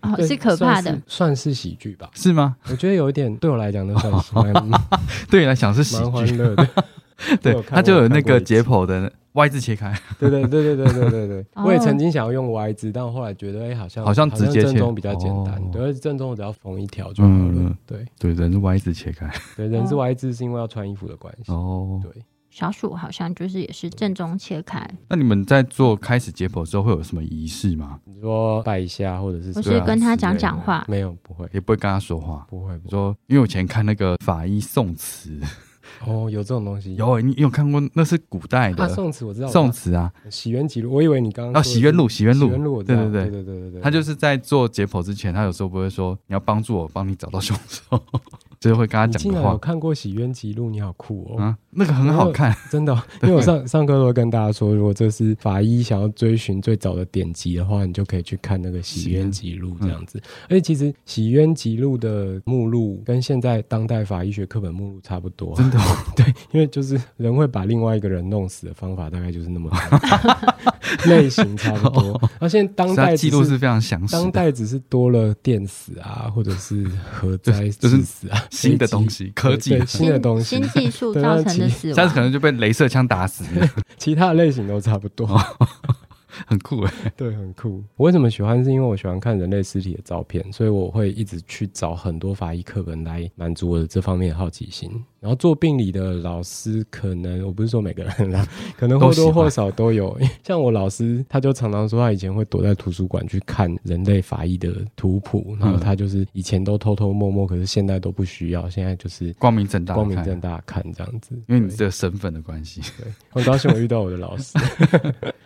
[SPEAKER 1] 哦，
[SPEAKER 4] 对
[SPEAKER 1] 是可怕
[SPEAKER 4] 算
[SPEAKER 1] 的
[SPEAKER 4] 是，算是喜剧 吧。
[SPEAKER 3] 是吗？
[SPEAKER 4] 我觉得有一点对我来讲，那算是蛮蛮
[SPEAKER 3] 对你来讲是哦喜
[SPEAKER 4] 欢
[SPEAKER 3] 剧，
[SPEAKER 4] 乐的。我
[SPEAKER 3] 对
[SPEAKER 4] 有，看
[SPEAKER 3] 她就有那
[SPEAKER 4] 我有看过
[SPEAKER 3] 个
[SPEAKER 4] 一集
[SPEAKER 3] 解剖的那 Y 字切开，
[SPEAKER 4] 对对对对对对对对，
[SPEAKER 1] 哦
[SPEAKER 4] 我也曾经想要用 Y 字，但我后来觉得，哎，好像
[SPEAKER 3] 好像直接
[SPEAKER 4] 正
[SPEAKER 3] 切
[SPEAKER 4] 宗比较简单
[SPEAKER 3] 哦，
[SPEAKER 4] 对，而且正宗我只要缝一条就好
[SPEAKER 3] 嗯
[SPEAKER 4] 了
[SPEAKER 3] 嗯。
[SPEAKER 4] 对
[SPEAKER 3] 对，人是 Y 字切开
[SPEAKER 4] 对，人是
[SPEAKER 1] 哦
[SPEAKER 4] Y 字是因为要穿衣服的关系。
[SPEAKER 3] 哦。
[SPEAKER 4] 对，
[SPEAKER 1] 小鼠好像就是也是正中切开，
[SPEAKER 3] 那你们在做开始解剖之后会有什么仪式吗？
[SPEAKER 4] 你说拜一下或者是
[SPEAKER 1] 不
[SPEAKER 4] 什么
[SPEAKER 1] 是跟他
[SPEAKER 4] 之类
[SPEAKER 1] 讲
[SPEAKER 4] 的
[SPEAKER 1] 讲话，
[SPEAKER 4] 没有不会
[SPEAKER 3] 也不会跟她说话。
[SPEAKER 4] 不会
[SPEAKER 3] 你
[SPEAKER 4] 不会
[SPEAKER 3] 说，因为我以前看那个法医宋词，
[SPEAKER 4] 哦，有这种东西。
[SPEAKER 3] 有你你有看过？那是古代
[SPEAKER 4] 啊，
[SPEAKER 3] 的
[SPEAKER 4] 宋词我知道，
[SPEAKER 3] 宋词啊，
[SPEAKER 4] 《洗冤记录》，我以为你刚刚
[SPEAKER 3] 哦，
[SPEAKER 4] 说
[SPEAKER 3] 洗冤
[SPEAKER 4] 的
[SPEAKER 3] 录，洗冤
[SPEAKER 4] 是
[SPEAKER 3] 录
[SPEAKER 4] 洗冤录，我，知
[SPEAKER 3] 对
[SPEAKER 4] 道
[SPEAKER 3] 对
[SPEAKER 4] 对
[SPEAKER 3] 对。
[SPEAKER 4] 对对对对，
[SPEAKER 3] 他就是在做解剖之前，他有时候不会说你要帮助我，帮你找到凶手， 就是会跟他
[SPEAKER 4] 你
[SPEAKER 3] 讲
[SPEAKER 4] 竟
[SPEAKER 3] 的
[SPEAKER 4] 然
[SPEAKER 3] 话
[SPEAKER 4] 有看过《洗冤集录》，你好酷哦！
[SPEAKER 3] 啊，那个很好看，
[SPEAKER 4] 真 的哦、因为我上上课都会跟大家说，如果这是法医想要追寻最早的典籍的话，你就可以去看那个《洗冤集录》这样子。
[SPEAKER 3] 嗯
[SPEAKER 4] 而且其实《洗冤集录》的目录跟现在当代法医学课本目录差不多，真的、
[SPEAKER 3] 哦
[SPEAKER 4] 对，因为就是人会把另外一个人弄死的方法大概就是那么多 类型差不 多。而现在当
[SPEAKER 3] 哦所以他
[SPEAKER 4] 代
[SPEAKER 3] 记
[SPEAKER 4] 只
[SPEAKER 3] 录是非常详实
[SPEAKER 4] 当
[SPEAKER 3] 的，
[SPEAKER 4] 代只是多了电死啊，或者是核灾
[SPEAKER 3] 就
[SPEAKER 4] 致
[SPEAKER 3] 是
[SPEAKER 4] 死啊，
[SPEAKER 3] 新的东
[SPEAKER 4] 西。
[SPEAKER 3] 西科技啊
[SPEAKER 4] 对，啊对新的东西
[SPEAKER 1] 新技术
[SPEAKER 4] 对
[SPEAKER 1] 造
[SPEAKER 4] 那
[SPEAKER 1] 成的
[SPEAKER 4] 其
[SPEAKER 1] 死
[SPEAKER 3] 下次可
[SPEAKER 1] 亡。
[SPEAKER 3] 能就被镭射枪打死，哦
[SPEAKER 4] 其他的类型都差不多。
[SPEAKER 3] 很酷哎。
[SPEAKER 4] 对，很酷。我为什么喜欢？是因为我喜欢看人类尸体的照片，所以我会一直去找很多法医课本来满足我的这方面的好奇心。然后做病理的老师，可能我不是说每个人啦， 可能或多或少都有。像我老师，他就常常说，他以前会躲在图书馆去看人类法医的图谱，然后他就是以前都偷偷摸摸，可是现在都不需要，现在就是
[SPEAKER 3] 光明正大，
[SPEAKER 4] 光明正，大看这样子。
[SPEAKER 3] 因为你这个身份的关系，
[SPEAKER 4] 对，很高兴我遇到我的 老师，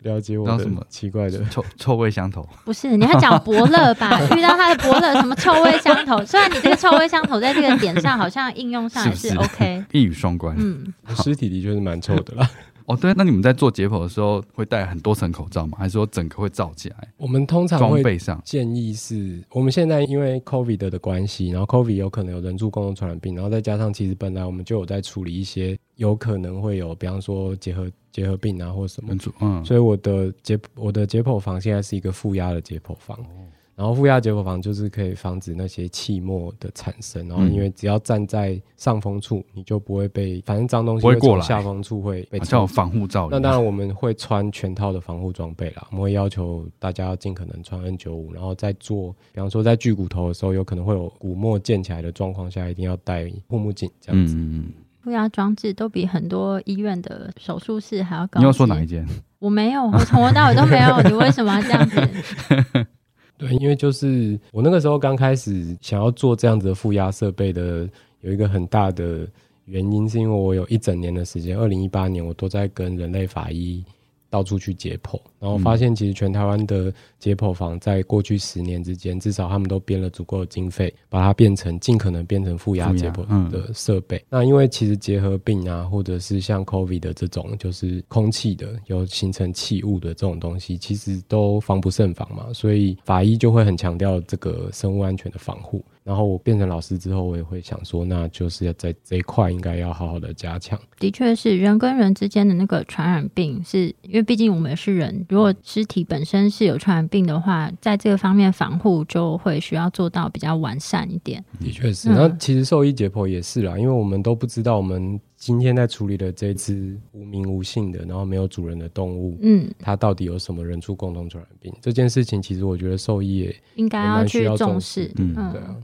[SPEAKER 4] 了解我
[SPEAKER 3] 知道
[SPEAKER 4] 的
[SPEAKER 3] 什么
[SPEAKER 4] 奇怪的
[SPEAKER 3] 臭臭味相投。
[SPEAKER 1] 不是，你要讲伯乐 吧？遇到他的伯乐，什么臭味相投？虽然你这个臭味相投在这个点上，好像应用上也
[SPEAKER 3] 是
[SPEAKER 1] 是
[SPEAKER 3] 不是
[SPEAKER 1] OK。
[SPEAKER 3] 一语双关。
[SPEAKER 1] 嗯，
[SPEAKER 4] 尸体的确是蛮臭的啦。
[SPEAKER 3] 哦，对，那你们在做解剖的时候会戴很多层口罩吗？还是说整个会罩起来？
[SPEAKER 4] 我们通常
[SPEAKER 3] 装
[SPEAKER 4] 会
[SPEAKER 3] 备上
[SPEAKER 4] 建议是，我们现在因为 COVID 的关系，然后 COVID 有可能有人畜共同传染病，然后再加上其实本来我们就有在处理一些有可能会有，比方说结核结核病啊或什么
[SPEAKER 3] 很，主嗯，
[SPEAKER 4] 所以我的解我的解剖房现在是一个负压的解剖房。
[SPEAKER 3] 哦
[SPEAKER 4] 然后负压解剖房就是可以防止那些气沫的产生，然后
[SPEAKER 3] 嗯
[SPEAKER 4] 因为只要站在上风处，你就不会被，反正脏东西
[SPEAKER 3] 不会
[SPEAKER 4] 会
[SPEAKER 3] 过
[SPEAKER 4] 从
[SPEAKER 3] 来啊
[SPEAKER 4] 下风处会被
[SPEAKER 3] 好
[SPEAKER 4] 冲
[SPEAKER 3] 像有防护罩一
[SPEAKER 4] 那
[SPEAKER 3] 样。
[SPEAKER 4] 当然，我们会穿全套的防护装备啦。我们会要求大家要尽可能穿 N 9 5然后在做，比方说在锯骨头的时候，有可能会有骨末溅起来的状况下，一定要戴护目镜这样
[SPEAKER 3] 嗯，
[SPEAKER 4] 子。
[SPEAKER 3] 嗯嗯
[SPEAKER 1] 负压装置都比很多医院的手术室还要高级。
[SPEAKER 3] 你要说哪一间？
[SPEAKER 1] 我没有，我从头到尾都没 有。你为什么要这样子？
[SPEAKER 4] 对，因为就是我那个时候刚开始想要做这样子的负压设备的，有一个很大的原因，是因为我有一整年的时间，二零一八年我都在跟人类法医到处去解剖，然
[SPEAKER 3] 嗯
[SPEAKER 4] 后发现其实全台湾的解剖房在过去十年之间，至少他们都编了足够的经费，把它变成尽可能变成负压
[SPEAKER 3] 负压
[SPEAKER 4] 解剖
[SPEAKER 3] 嗯
[SPEAKER 4] 的设备。那因为其实结核病啊，或者是像 COVID 的这种，就是空气的有形成气雾的这种东西，其实都防不胜防嘛，所以法医就会很强调这个生物安全的防护。然后我变成老师之后，我也会想说，那就是要在这一块应该要好好的加强。
[SPEAKER 1] 的确是人跟人之间的那个传染病是，因为毕竟我们是人，如果尸体本身是有传染病的话，在这个方面防护就会需要做到比较完善一点。
[SPEAKER 4] 的确是，
[SPEAKER 1] 嗯
[SPEAKER 4] 那其实兽医解剖也是啦，因为我们都不知道我们今天在处理的这只无名无姓的，然后没有主人的动物，
[SPEAKER 1] 嗯，
[SPEAKER 4] 它到底有什么人畜共同传染病？这件事情，其实我觉得兽医也
[SPEAKER 1] 应该
[SPEAKER 4] 我们还需
[SPEAKER 1] 去
[SPEAKER 4] 要
[SPEAKER 1] 重
[SPEAKER 4] 重
[SPEAKER 1] 视
[SPEAKER 4] 视。
[SPEAKER 3] 嗯
[SPEAKER 4] 对啊，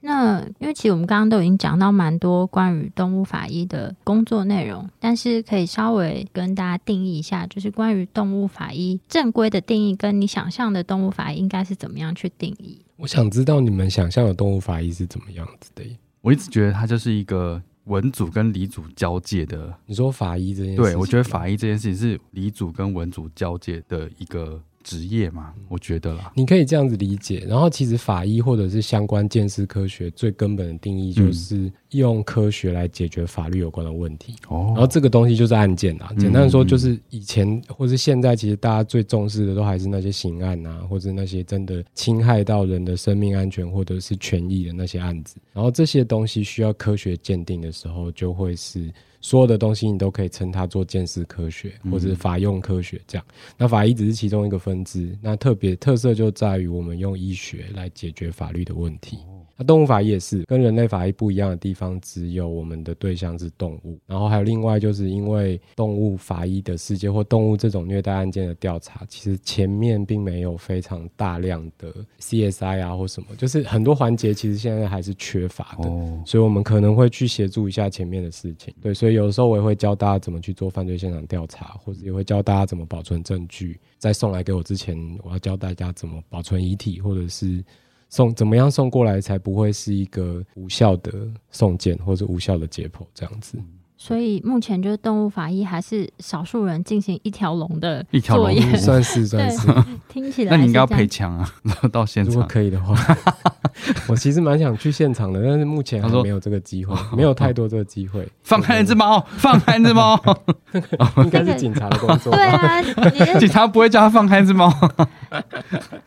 [SPEAKER 1] 那因为其实我们刚刚都已经讲到蛮多关于动物法医的工作内容，但是可以稍微跟大家定义一下，就是关于动物法医正规的定义，跟你想象的动物法医应该是怎么样去定义？
[SPEAKER 4] 我想知道你们想象的动物法医是怎么样子的耶？
[SPEAKER 3] 我一直觉得它就是一个文组跟理组交界的。
[SPEAKER 4] 你说法医这件事情，
[SPEAKER 3] 对，我觉得法医这件事情是理组跟文组交界的一个职业嘛，
[SPEAKER 1] 嗯
[SPEAKER 3] 我觉得啦。
[SPEAKER 4] 你可以这样子理解。然后，其实法医或者是相关鉴识科学最根本的定义，
[SPEAKER 3] 嗯
[SPEAKER 4] 就是用科学来解决法律有关的问题。然后
[SPEAKER 3] 哦，
[SPEAKER 4] 这个东西就是案件啊，
[SPEAKER 3] 嗯
[SPEAKER 4] 简单地说就是以前或是现在，其实大家最重视的都还是那些刑案啊，或者那些真的侵害到人的生命安全或者是权益的那些案子。然后这些东西需要科学鉴定的时候，就会是所有的东西你都可以称它做鉴识科学
[SPEAKER 3] 嗯
[SPEAKER 4] 或者是法用科学这样。那法医只是其中一个分支，那特别特色就在于我们用医学来解决法律的问题。那动物法医也是跟人类法医不一样的地方，只有我们的对象是动物，然后还有另外就是因为动物法医的世界或动物这种虐待案件的调查，其实前面并没有非常大量的 CSI 啊或什么，就是很多环节其实现在还是缺乏的。
[SPEAKER 3] 哦，
[SPEAKER 4] 所以我们可能会去协助一下前面的事情。对，所以有时候我也会教大家怎么去做犯罪现场调查，或者也会教大家怎么保存证据。在送来给我之前，我要教大家怎么保存遗体，或者是送怎么样送过来才不会是一个无效的送件或者无效的解剖这样子。
[SPEAKER 1] 所以目前就是动物法医还是少数人进行一条龙的
[SPEAKER 3] 一条
[SPEAKER 1] 作
[SPEAKER 3] 龙
[SPEAKER 1] 业，
[SPEAKER 3] 嗯
[SPEAKER 4] 算是算是，
[SPEAKER 1] 听起来
[SPEAKER 3] 那你应该要
[SPEAKER 1] 是这样
[SPEAKER 3] 配枪啊，然 后到现
[SPEAKER 4] 如果
[SPEAKER 3] 场。
[SPEAKER 4] 可以的话，我其实蛮想去现场的，但是目前
[SPEAKER 3] 他
[SPEAKER 4] 还
[SPEAKER 3] 说
[SPEAKER 4] 没有这个机会，没有太多这个机会。
[SPEAKER 3] 放开那只猫，放开那只 猫，
[SPEAKER 4] 应该是警察的工作吧。
[SPEAKER 1] 对啊， 你这
[SPEAKER 3] 警察不会叫它放开那 只猫。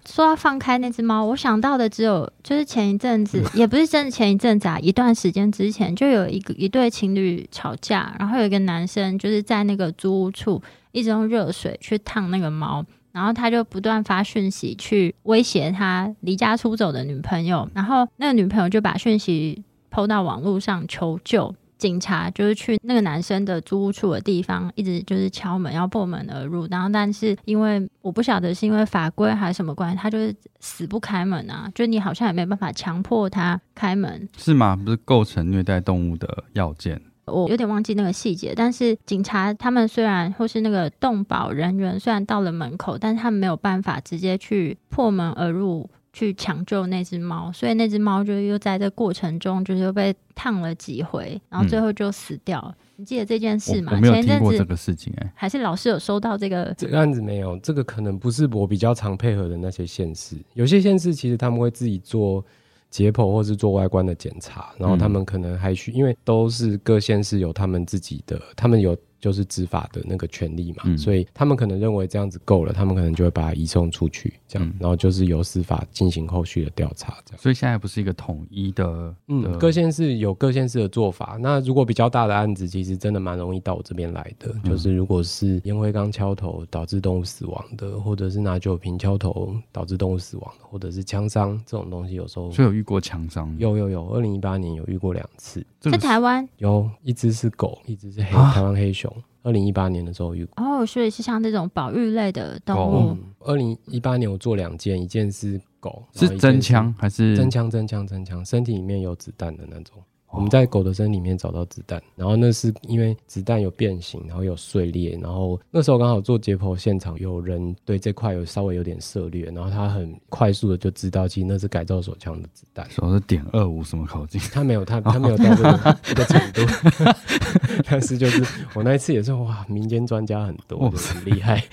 [SPEAKER 1] 说要放开那只猫，我想到的只有就是前一阵子， 也不是真的前一阵子啊，一段时间之前就有一个一对情侣吵架，然后有一个男生就是在那个租屋处一直用热水去烫那个猫。然后他就不断发讯息去威胁他离家出走的女朋友，然后那个女朋友就把讯息抛到网络上求救，警察就是去那个男生的租屋处的地方，一直就是敲门，要破门而入。然后，但是因为我不晓得是因为法规还是什么关系，他就是死不开门啊，就你好像也没办法强迫他开门。
[SPEAKER 2] 是吗？不是构成虐待动物的要件。
[SPEAKER 1] 我有点忘记那个细节，但是警察他们虽然或是那个动保人员虽然到了门口，但是他们没有办法直接去破门而入去抢救那只猫，所以那只猫就又在这过程中就是又被烫了几回，然后最后就死掉了。你记得这件事
[SPEAKER 2] 嗯我
[SPEAKER 1] 吗？
[SPEAKER 2] 我没有
[SPEAKER 1] 前一
[SPEAKER 2] 听
[SPEAKER 1] 阵
[SPEAKER 2] 过这
[SPEAKER 1] 子
[SPEAKER 2] 个事情哎、
[SPEAKER 1] 还是老师有收到这个
[SPEAKER 4] 这个案子没有，这个可能不是我比较常配合的那些县市，有些县市其实他们会自己做解剖或是做外观的检查，然后
[SPEAKER 2] 嗯
[SPEAKER 4] 他们可能还需，因为都是各县市有他们自己的，他们有就是执法的那个权利嘛，
[SPEAKER 2] 嗯
[SPEAKER 4] 所以他们可能认为这样子够了，他们可能就会把它移送出去，这样，
[SPEAKER 2] 嗯
[SPEAKER 4] 然后就是由司法进行后续的调查，这样。
[SPEAKER 2] 所以现在不是一个统一的，
[SPEAKER 4] 嗯，各县市有各县市的做法。那如果比较大的案子，其实真的蛮容易到我这边来
[SPEAKER 2] 嗯
[SPEAKER 4] 的。就是如果是烟灰缸敲头导致动物死亡的，或者是拿酒瓶敲头导致动物死亡的，或者是枪伤这种东西，有时候
[SPEAKER 2] 所以有遇过强伤，
[SPEAKER 4] 有有有，二零一八年有遇过两次，
[SPEAKER 2] 这
[SPEAKER 1] 在
[SPEAKER 2] 个
[SPEAKER 1] 台湾
[SPEAKER 4] 有一只是狗，一只是黑、
[SPEAKER 2] 啊
[SPEAKER 4] 台湾黑熊。二零一八年的时候遇过。
[SPEAKER 1] 哦，所以是像这种保育类的动
[SPEAKER 2] 狗
[SPEAKER 1] 物，
[SPEAKER 4] 二零一八年我做两件，一件是狗，
[SPEAKER 2] 是
[SPEAKER 4] 然后一件
[SPEAKER 2] 真枪，还是
[SPEAKER 4] 真枪真枪真枪，身体里面有子弹的那种。
[SPEAKER 2] 哦
[SPEAKER 4] 我们在狗的身里面找到子弹，然后那是因为子弹有变形，然后有碎裂，然后那时候刚好做解剖现场，有人对这块有稍微有点涉猎，然后他很快速的就知道，其实那是改造手枪的子弹。
[SPEAKER 2] 手是点二五什么口径？
[SPEAKER 4] 他没有，他他没有到这个这个程度， 但是就是我那一次也是哇，民间专家很多，
[SPEAKER 2] 哇
[SPEAKER 4] 就很 厉害，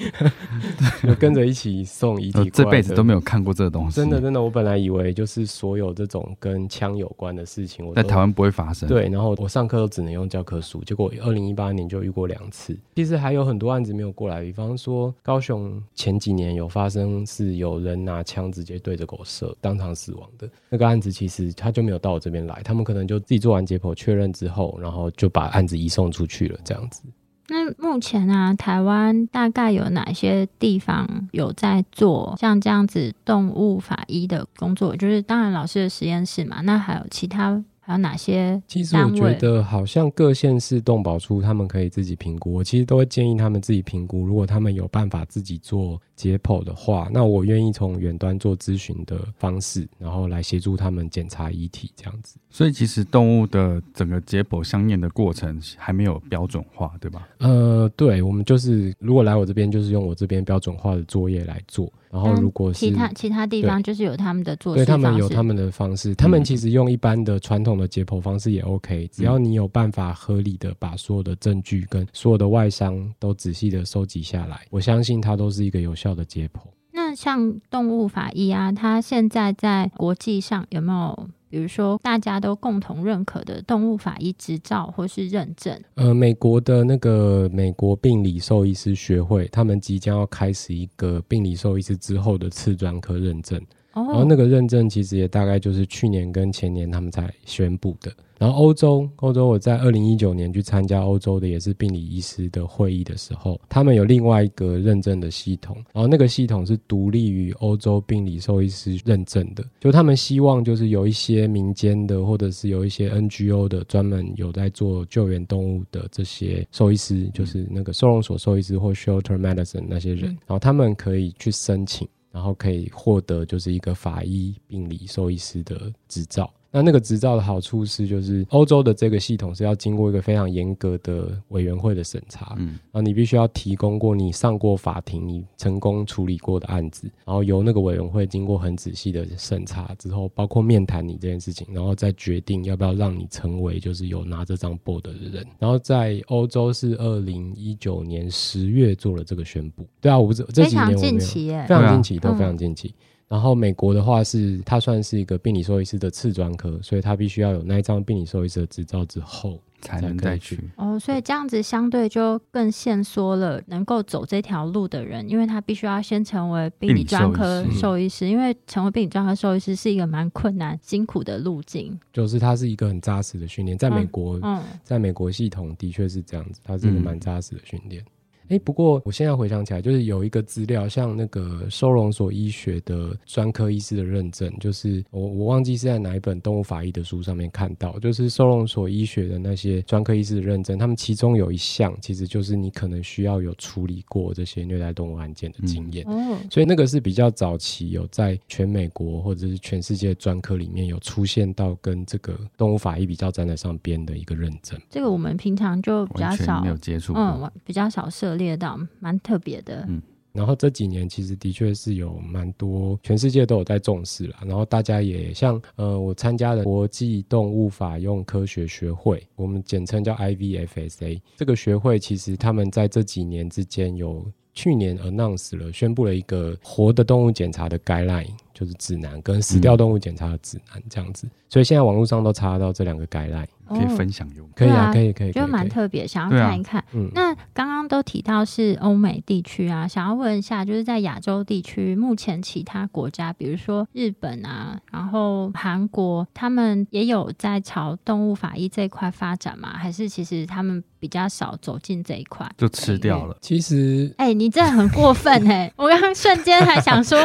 [SPEAKER 4] 就跟着一起送遗体过
[SPEAKER 2] 呃
[SPEAKER 4] 来的。
[SPEAKER 2] 这辈子都没有看过这个东西，
[SPEAKER 4] 真的真的，我本来以为就是所有这种跟枪有关的事情，我
[SPEAKER 2] 在
[SPEAKER 4] 都
[SPEAKER 2] 台湾不会发生。，
[SPEAKER 4] 对，然后我上课都只能用教科书，结果二零一八年就遇过两次。其实还有很多案子没有过来，比方说高雄前几年有发生是有人拿枪直接对着狗射，当场死亡的那个案子，其实他就没有到我这边来，他们可能就自己做完解剖确认之后，然后就把案子移送出去了，这样子。
[SPEAKER 1] 那目前啊，台湾大概有哪些地方有在做像这样子动物法医的工作？就是当然老师的实验室嘛，那还有其他还有哪些？
[SPEAKER 4] 其实我
[SPEAKER 1] 单
[SPEAKER 4] 觉
[SPEAKER 1] 位
[SPEAKER 4] 得，好像各县市动保处他们可以自己评估，我其实都会建议他们自己评估。如果他们有办法自己做解剖的话，那我愿意从远端做咨询的方式，然后来协助他们检查遗体这样子。
[SPEAKER 2] 所以其实动物的整个解剖相验的过程还没有标准化，对吧？
[SPEAKER 4] 呃，对，我们就是如果来我这边，就是用我这边标准化的作业来做。然后
[SPEAKER 1] 但
[SPEAKER 4] 如果是
[SPEAKER 1] 其他其他地
[SPEAKER 4] 对
[SPEAKER 1] 方就是有他们的做
[SPEAKER 4] 对
[SPEAKER 1] 事
[SPEAKER 4] 他
[SPEAKER 1] 方式，
[SPEAKER 4] 们有他们的方式，他们其实用一般的传统的解剖方式也 OK，只要你有办法合理的把所有的证据跟所有的外伤都仔细的收集下来，我相信它都是一个有效的解剖。
[SPEAKER 1] 那像动物法医啊，它现在在国际上有没有，比如说大家都共同认可的动物法医执照或是认证？
[SPEAKER 4] 呃，美国的那个美国病理兽医师学会，他们即将要开始一个病理兽医师之后的次专科认证。然后
[SPEAKER 1] 哦，
[SPEAKER 4] 那个认证其实也大概就是去年跟前年他们才宣布的。然后欧洲，欧洲我在二零一九年去参加欧洲的也是病理医师的会议的时候，他们有另外一个认证的系统，然后那个系统是独立于欧洲病理兽医师认证的，就他们希望就是有一些民间的或者是有一些 NGO 的专门有在做救援动物的这些兽医师，就是那个收容所兽医师或 shelter medicine 那些人，
[SPEAKER 1] 嗯
[SPEAKER 4] 然后他们可以去申请。然后可以获得就是一个法医病理兽医师的执照。那那个执照的好处是，就是欧洲的这个系统是要经过一个非常严格的委员会的审查，
[SPEAKER 2] 嗯，
[SPEAKER 4] 然后你必须要提供过你上过法庭、你成功处理过的案子，然后由那个委员会经过很仔细的审查之后，包括面谈你这件事情，然后再决定要不要让你成为就是有拿这张 board 的人。然后在欧洲是二零一九年十月做了这个宣布。对啊，我不知这
[SPEAKER 1] 非
[SPEAKER 4] 几年
[SPEAKER 1] 常
[SPEAKER 4] 我没
[SPEAKER 1] 近
[SPEAKER 4] 有。
[SPEAKER 1] 期耶
[SPEAKER 4] 非。常近期，
[SPEAKER 1] 对啊
[SPEAKER 4] 都非常近期。然后美国的话是，它算是一个病理兽医师的次专科，所以它必须要有那一张病理兽医师的执照之后，
[SPEAKER 2] 才能
[SPEAKER 4] 才可
[SPEAKER 2] 再
[SPEAKER 4] 以
[SPEAKER 2] 去
[SPEAKER 4] 去。
[SPEAKER 1] 哦，所以这样子相对就更限缩了能够走这条路的人，因为他必须要先成为病理专科
[SPEAKER 2] 病理兽医师嗯
[SPEAKER 1] 兽医师，因为成为病理专科兽医师是一个蛮困难、辛苦的路径。
[SPEAKER 4] 就是它是一个很扎实的训练。在美国，
[SPEAKER 1] 嗯，
[SPEAKER 4] 在美国系统的确是这样子，它是一个
[SPEAKER 2] 嗯
[SPEAKER 4] 蛮扎实的训练。哎，不过我现在回想起来，就是有一个资料，像那个收容所医学的专科医师的认证，就是我我忘记是在哪一本动物法医的书上面看到，就是收容所医学的那些专科医师的认证，他们其中有一项其实就是你可能需要有处理过这些虐待动物案件的经验。
[SPEAKER 1] 哦，
[SPEAKER 4] 所以那个是比较早期有在全美国或者是全世界专科里面有出现到跟这个动物法医比较站在上边的一个认证。
[SPEAKER 1] 这个我们平常就比较
[SPEAKER 2] 完全
[SPEAKER 1] 少
[SPEAKER 2] 没，有接触过。
[SPEAKER 1] 嗯，我比较少涉猎到，蛮特别的
[SPEAKER 2] 嗯。
[SPEAKER 4] 然后这几年其实的确是有蛮多，全世界都有在重视啦。然后大家也像呃，我参加的国际动物法用科学学会，我们简称叫 IVFSA。这个学会其实他们在这几年之间有去年 announce 了，宣布了一个活的动物检查的 guideline，就是指南跟死掉动物检查的指南这样子。所以现在网络上都查得到这两个 guideline。
[SPEAKER 1] 哦
[SPEAKER 2] 可以分享有吗？
[SPEAKER 4] 可以
[SPEAKER 1] 对啊
[SPEAKER 4] 啊，可以，可以，可以
[SPEAKER 1] 就蛮
[SPEAKER 4] 可以
[SPEAKER 1] 特别，想要
[SPEAKER 3] 对啊
[SPEAKER 1] 看一看。
[SPEAKER 4] 嗯
[SPEAKER 1] 那刚刚都提到是欧美地区啊，想要问一下，就是在亚洲地区，目前其他国家，比如说日本啊，然后韩国，他们也有在朝动物法医这一块发展吗？还是其实他们比较少走进这一块？
[SPEAKER 3] 就吃掉了。
[SPEAKER 4] 其实
[SPEAKER 1] 哎、你这很过分哎、 我刚刚瞬间还想说，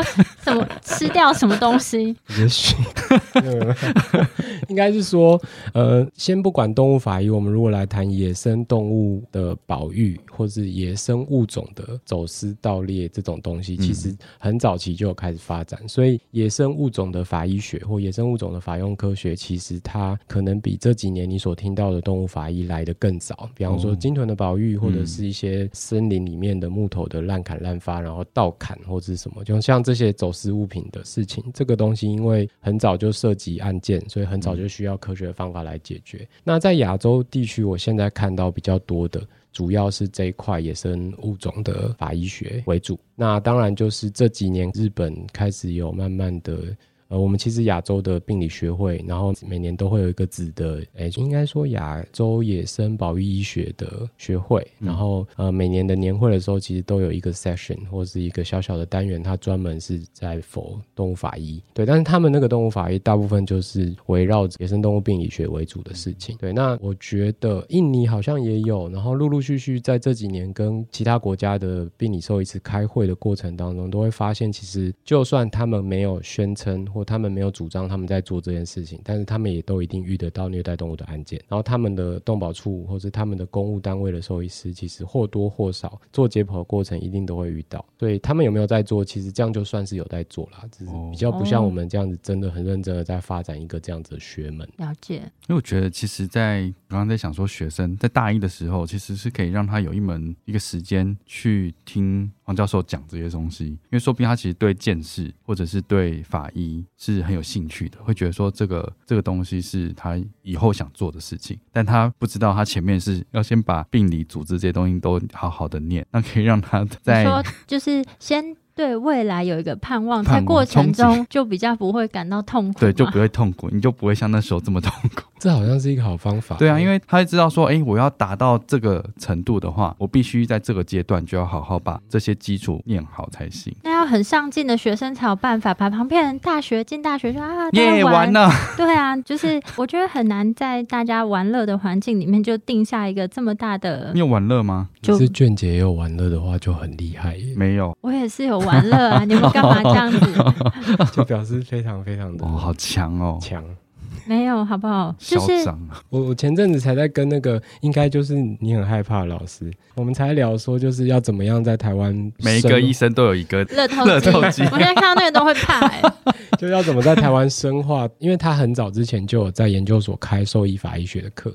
[SPEAKER 1] 什么吃掉什么东 西？
[SPEAKER 4] 也许， 嗯应该是说，呃，先不管动物法医，我们如果来谈野生动物的保育，或是野生物种的走私盗猎这种东西，其实很早期就有开始发展。所以，野生物种的法医学或野生物种的法用科学，其实它可能比这几年你所听到的动物法医来的更早。比方说，
[SPEAKER 2] 哦
[SPEAKER 4] 鲸豚的保育，或者是一些森林里面的木头的滥砍滥伐，然后盗砍或者是什么，就像这些走私物品的事情，这个东西因为很早就涉及案件，所以很早就需要科学的方法来解决。那在亚洲地区，我现在看到比较多的。主要是这一块野生物种的法医学为主，那当然就是这几年日本开始有慢慢的呃，我们其实亚洲的病理学会，然后每年都会有一个子的，诶，应该说亚洲野生保育医学的学会，然后呃，每年的年会的时候，其实都有一个 session 或是一个小小的单元，它专门是在否动物法医，对，但是他们那个动物法医大部分就是围绕着野生动物病理学为主的事情，对，那我觉得印尼好像也有，然后陆陆续续在这几年跟其他国家的病理兽医师开会的过程当中，都会发现，其实就算他们没有宣称或他们没有主张他们在做这件事情，但是他们也都一定遇得到虐待动物的案件。然后他们的动保处或是他们的公务单位的兽医师，其实或多或少做解剖的过程一定都会遇到。所以他们有没有在做，其实这样就算是有在做啦，只是比较不像我们这样子真的很认真的在发展一个这样子的学门。
[SPEAKER 1] 了解，
[SPEAKER 3] 因为我觉得，其实在，刚刚在想说，学生在大一的时候，其实是可以让他有一门一个时间去听黄教授讲这些东西，因为说不定他其实对见识或者是对法医是很有兴趣的，会觉得说这个这个东西是他以后想做的事情，但他不知道他前面是要先把病理组织这些东西都好好的念，那可以让他
[SPEAKER 1] 你
[SPEAKER 3] 在
[SPEAKER 1] 说就是先对未来有一个盼望，
[SPEAKER 3] 盼
[SPEAKER 1] 在
[SPEAKER 3] 望
[SPEAKER 1] 过程
[SPEAKER 3] 憧憬
[SPEAKER 1] 中就比较不会感到痛苦嘛，
[SPEAKER 3] 对就不会痛苦，你就不会像那时候这么痛苦。
[SPEAKER 4] 这好像是一个好方法。
[SPEAKER 3] 对啊，因为他会知道说，哎、我要达到这个程度的话，我必须在这个阶段就要好好把这些基础念好才行。
[SPEAKER 1] 那要很上进的学生才有办法吧？旁边人大学进大学就啊，大家
[SPEAKER 3] 耶、
[SPEAKER 1] 玩
[SPEAKER 3] 完，了！
[SPEAKER 1] 对啊，就是我觉得很难在大家玩乐的环境里面就定下一个这么大的
[SPEAKER 3] 你。有玩乐吗？
[SPEAKER 1] 就
[SPEAKER 4] 其实卷姐也有玩乐的话，就很厉害
[SPEAKER 1] 嗯
[SPEAKER 4] 耶。
[SPEAKER 3] 没有，
[SPEAKER 1] 我也是有玩乐 啊，你们干嘛这样子？
[SPEAKER 4] 就表示非常非常的
[SPEAKER 3] 哦，好强哦，
[SPEAKER 4] 强。
[SPEAKER 1] 没有，好不好？就
[SPEAKER 3] 嚣
[SPEAKER 1] 是
[SPEAKER 3] 张啊！
[SPEAKER 4] 我我前阵子才在跟那个，应该就是你很害怕的老师，我们才聊说就是要怎么样在台湾生，
[SPEAKER 3] 每一个医生都有一个，
[SPEAKER 1] 乐透
[SPEAKER 3] 乐透
[SPEAKER 1] 机， 我现在看到那个都会怕、欸。
[SPEAKER 4] 就要怎么在台湾深化，因为他很早之前就有在研究所开兽医法医学的课，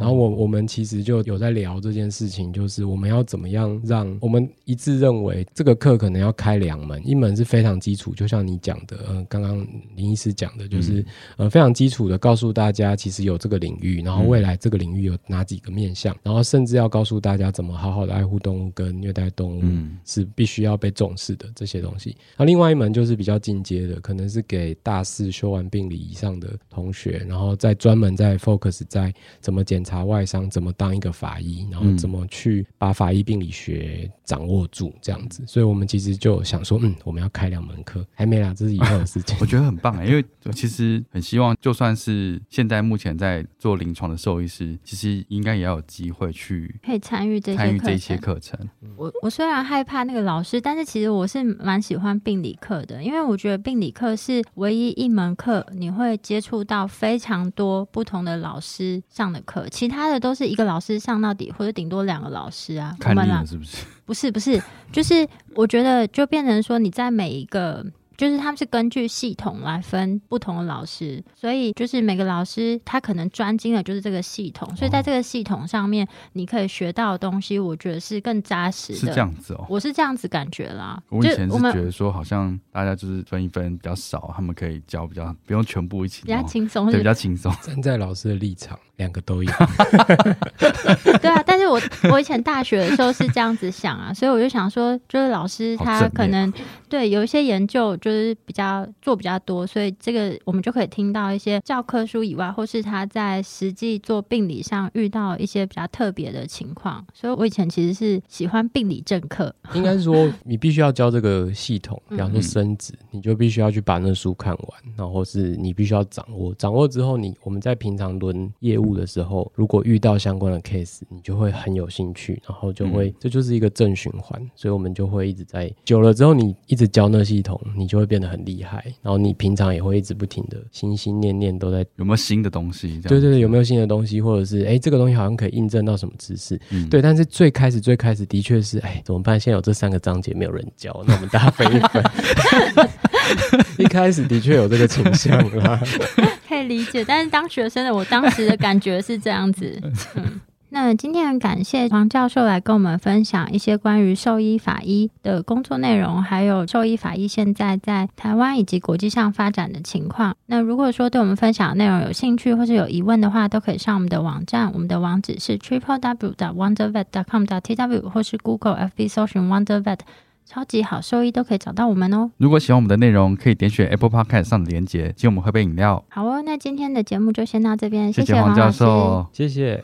[SPEAKER 4] 然后我我们其实就有在聊这件事情，就是我们要怎么样让我们一致认为这个课可能要开两门，一门是非常基础，就像你讲的，嗯、刚刚林医师讲的，就是、呃非常基础的告诉大家，其实有这个领域，然后未来这个领域有哪几个面向，然后甚至要告诉大家怎么好好的爱护动物跟虐待
[SPEAKER 1] 啊
[SPEAKER 4] 动物，
[SPEAKER 3] 嗯，
[SPEAKER 4] 是必须要被重视的这些东西。那另外一门就是比较进阶的，可能是给大四修完病理以上的同学，然后再专门在 focus 在怎么检查外伤，怎么当一个法医，然后怎么去把法医病理学掌握住这样子。所以我们其实就想说，嗯，我们要开两门课，还没啦，这是以后的事情
[SPEAKER 3] 我。觉得很棒哎、因为我其实很希望，就算是现在目前在做临床的兽医师，其实应该也要有机会去
[SPEAKER 1] 可以参与这些
[SPEAKER 3] 参与
[SPEAKER 1] 课
[SPEAKER 3] 这些
[SPEAKER 1] 程。
[SPEAKER 3] 课程。
[SPEAKER 1] 我啊我虽然害怕那个老师，但是其实我是蛮喜欢病理课的，因为我觉得病理课是唯一一门课你会接触到非常多不同的老师上的课，其他的都是一个老师上到底，或者顶多两个老师啊。我
[SPEAKER 3] 看腻
[SPEAKER 1] 们啦
[SPEAKER 3] 了，是不是？
[SPEAKER 1] 不是不是，就是我觉得就变成说你在每一个。就是他们是根据系统来分不同的老师，所以就是每个老师他可能专精的就是这个系统，
[SPEAKER 3] 哦
[SPEAKER 1] 所以在这个系统上面你可以学到的东西，我觉得是更扎实的。
[SPEAKER 3] 是这样子哦、
[SPEAKER 1] 我是这样子感觉啦。
[SPEAKER 3] 我以前
[SPEAKER 1] 就是我
[SPEAKER 3] 觉
[SPEAKER 1] 们
[SPEAKER 3] 得说，好像大家就是分一分比较少，他们可以教比较不用全部一起
[SPEAKER 1] 比较
[SPEAKER 3] 弄，
[SPEAKER 1] 轻松，
[SPEAKER 3] 哦对，
[SPEAKER 1] 是
[SPEAKER 3] 比较轻松。
[SPEAKER 4] 站在老师的立场，两个都有。
[SPEAKER 1] 对啊。但是我我以前大学的时候是这样子想啊，所以我就想说，就是老师
[SPEAKER 3] 好
[SPEAKER 1] 他
[SPEAKER 3] 正
[SPEAKER 1] 可
[SPEAKER 3] 面
[SPEAKER 1] 能对有一些研究就是比较做比较多，所以这个我们就可以听到一些教科书以外，或是他在实际做病理上遇到一些比较特别的情况。所以我以前其实是喜欢病理政课，
[SPEAKER 4] 应该是说，你必须要教这个系统，
[SPEAKER 1] 嗯
[SPEAKER 4] 比方说生殖，你就必须要去把那书看完，然后是你必须要掌握。掌握之后你，我们在平常轮业务的时候，如果遇到相关的 case，你就会很有兴趣，然后就会、这就是一个正循环。所以我们就会一直在久了之后，你一直教那系统，你就会变得很厉害。然后你平常也会一直不停的心心念念都在
[SPEAKER 3] 有没有新的东西？这样
[SPEAKER 4] 对对
[SPEAKER 3] 子
[SPEAKER 4] 对，有没有新的东西，或者是哎，诶这个东西好像可以印证到什么知识？
[SPEAKER 3] 嗯
[SPEAKER 4] 对，但是最开始最开始的确是，哎，怎么办？现在有这三个章节没有人教，那我们大家分一分。 一开始的确有这个倾向啦，
[SPEAKER 1] 可以理解，但是当学生的我当时的感觉是这样 子。嗯，那今天很感谢黄教授来跟我们分享一些关于兽医法医的工作内容，还有兽医法医现在在台湾以及国际上发展的情况。那如果说对我们分享的内容有兴趣或是有疑问的话，都可以上我们的网站，我们的网址是 triple w wonder vet com t w 或是 Google FB 搜寻 Wonder Vet。超级好兽医都可以找到我们哦。
[SPEAKER 3] 如果喜欢我们的内容，可以点选 Apple Podcast 上的连接，请我们喝杯饮料。
[SPEAKER 1] 好哦，那今天的节目就先到这边，
[SPEAKER 3] 谢
[SPEAKER 1] 谢
[SPEAKER 3] 黄
[SPEAKER 1] 老
[SPEAKER 3] 教
[SPEAKER 1] 师
[SPEAKER 3] 授。
[SPEAKER 4] 谢谢。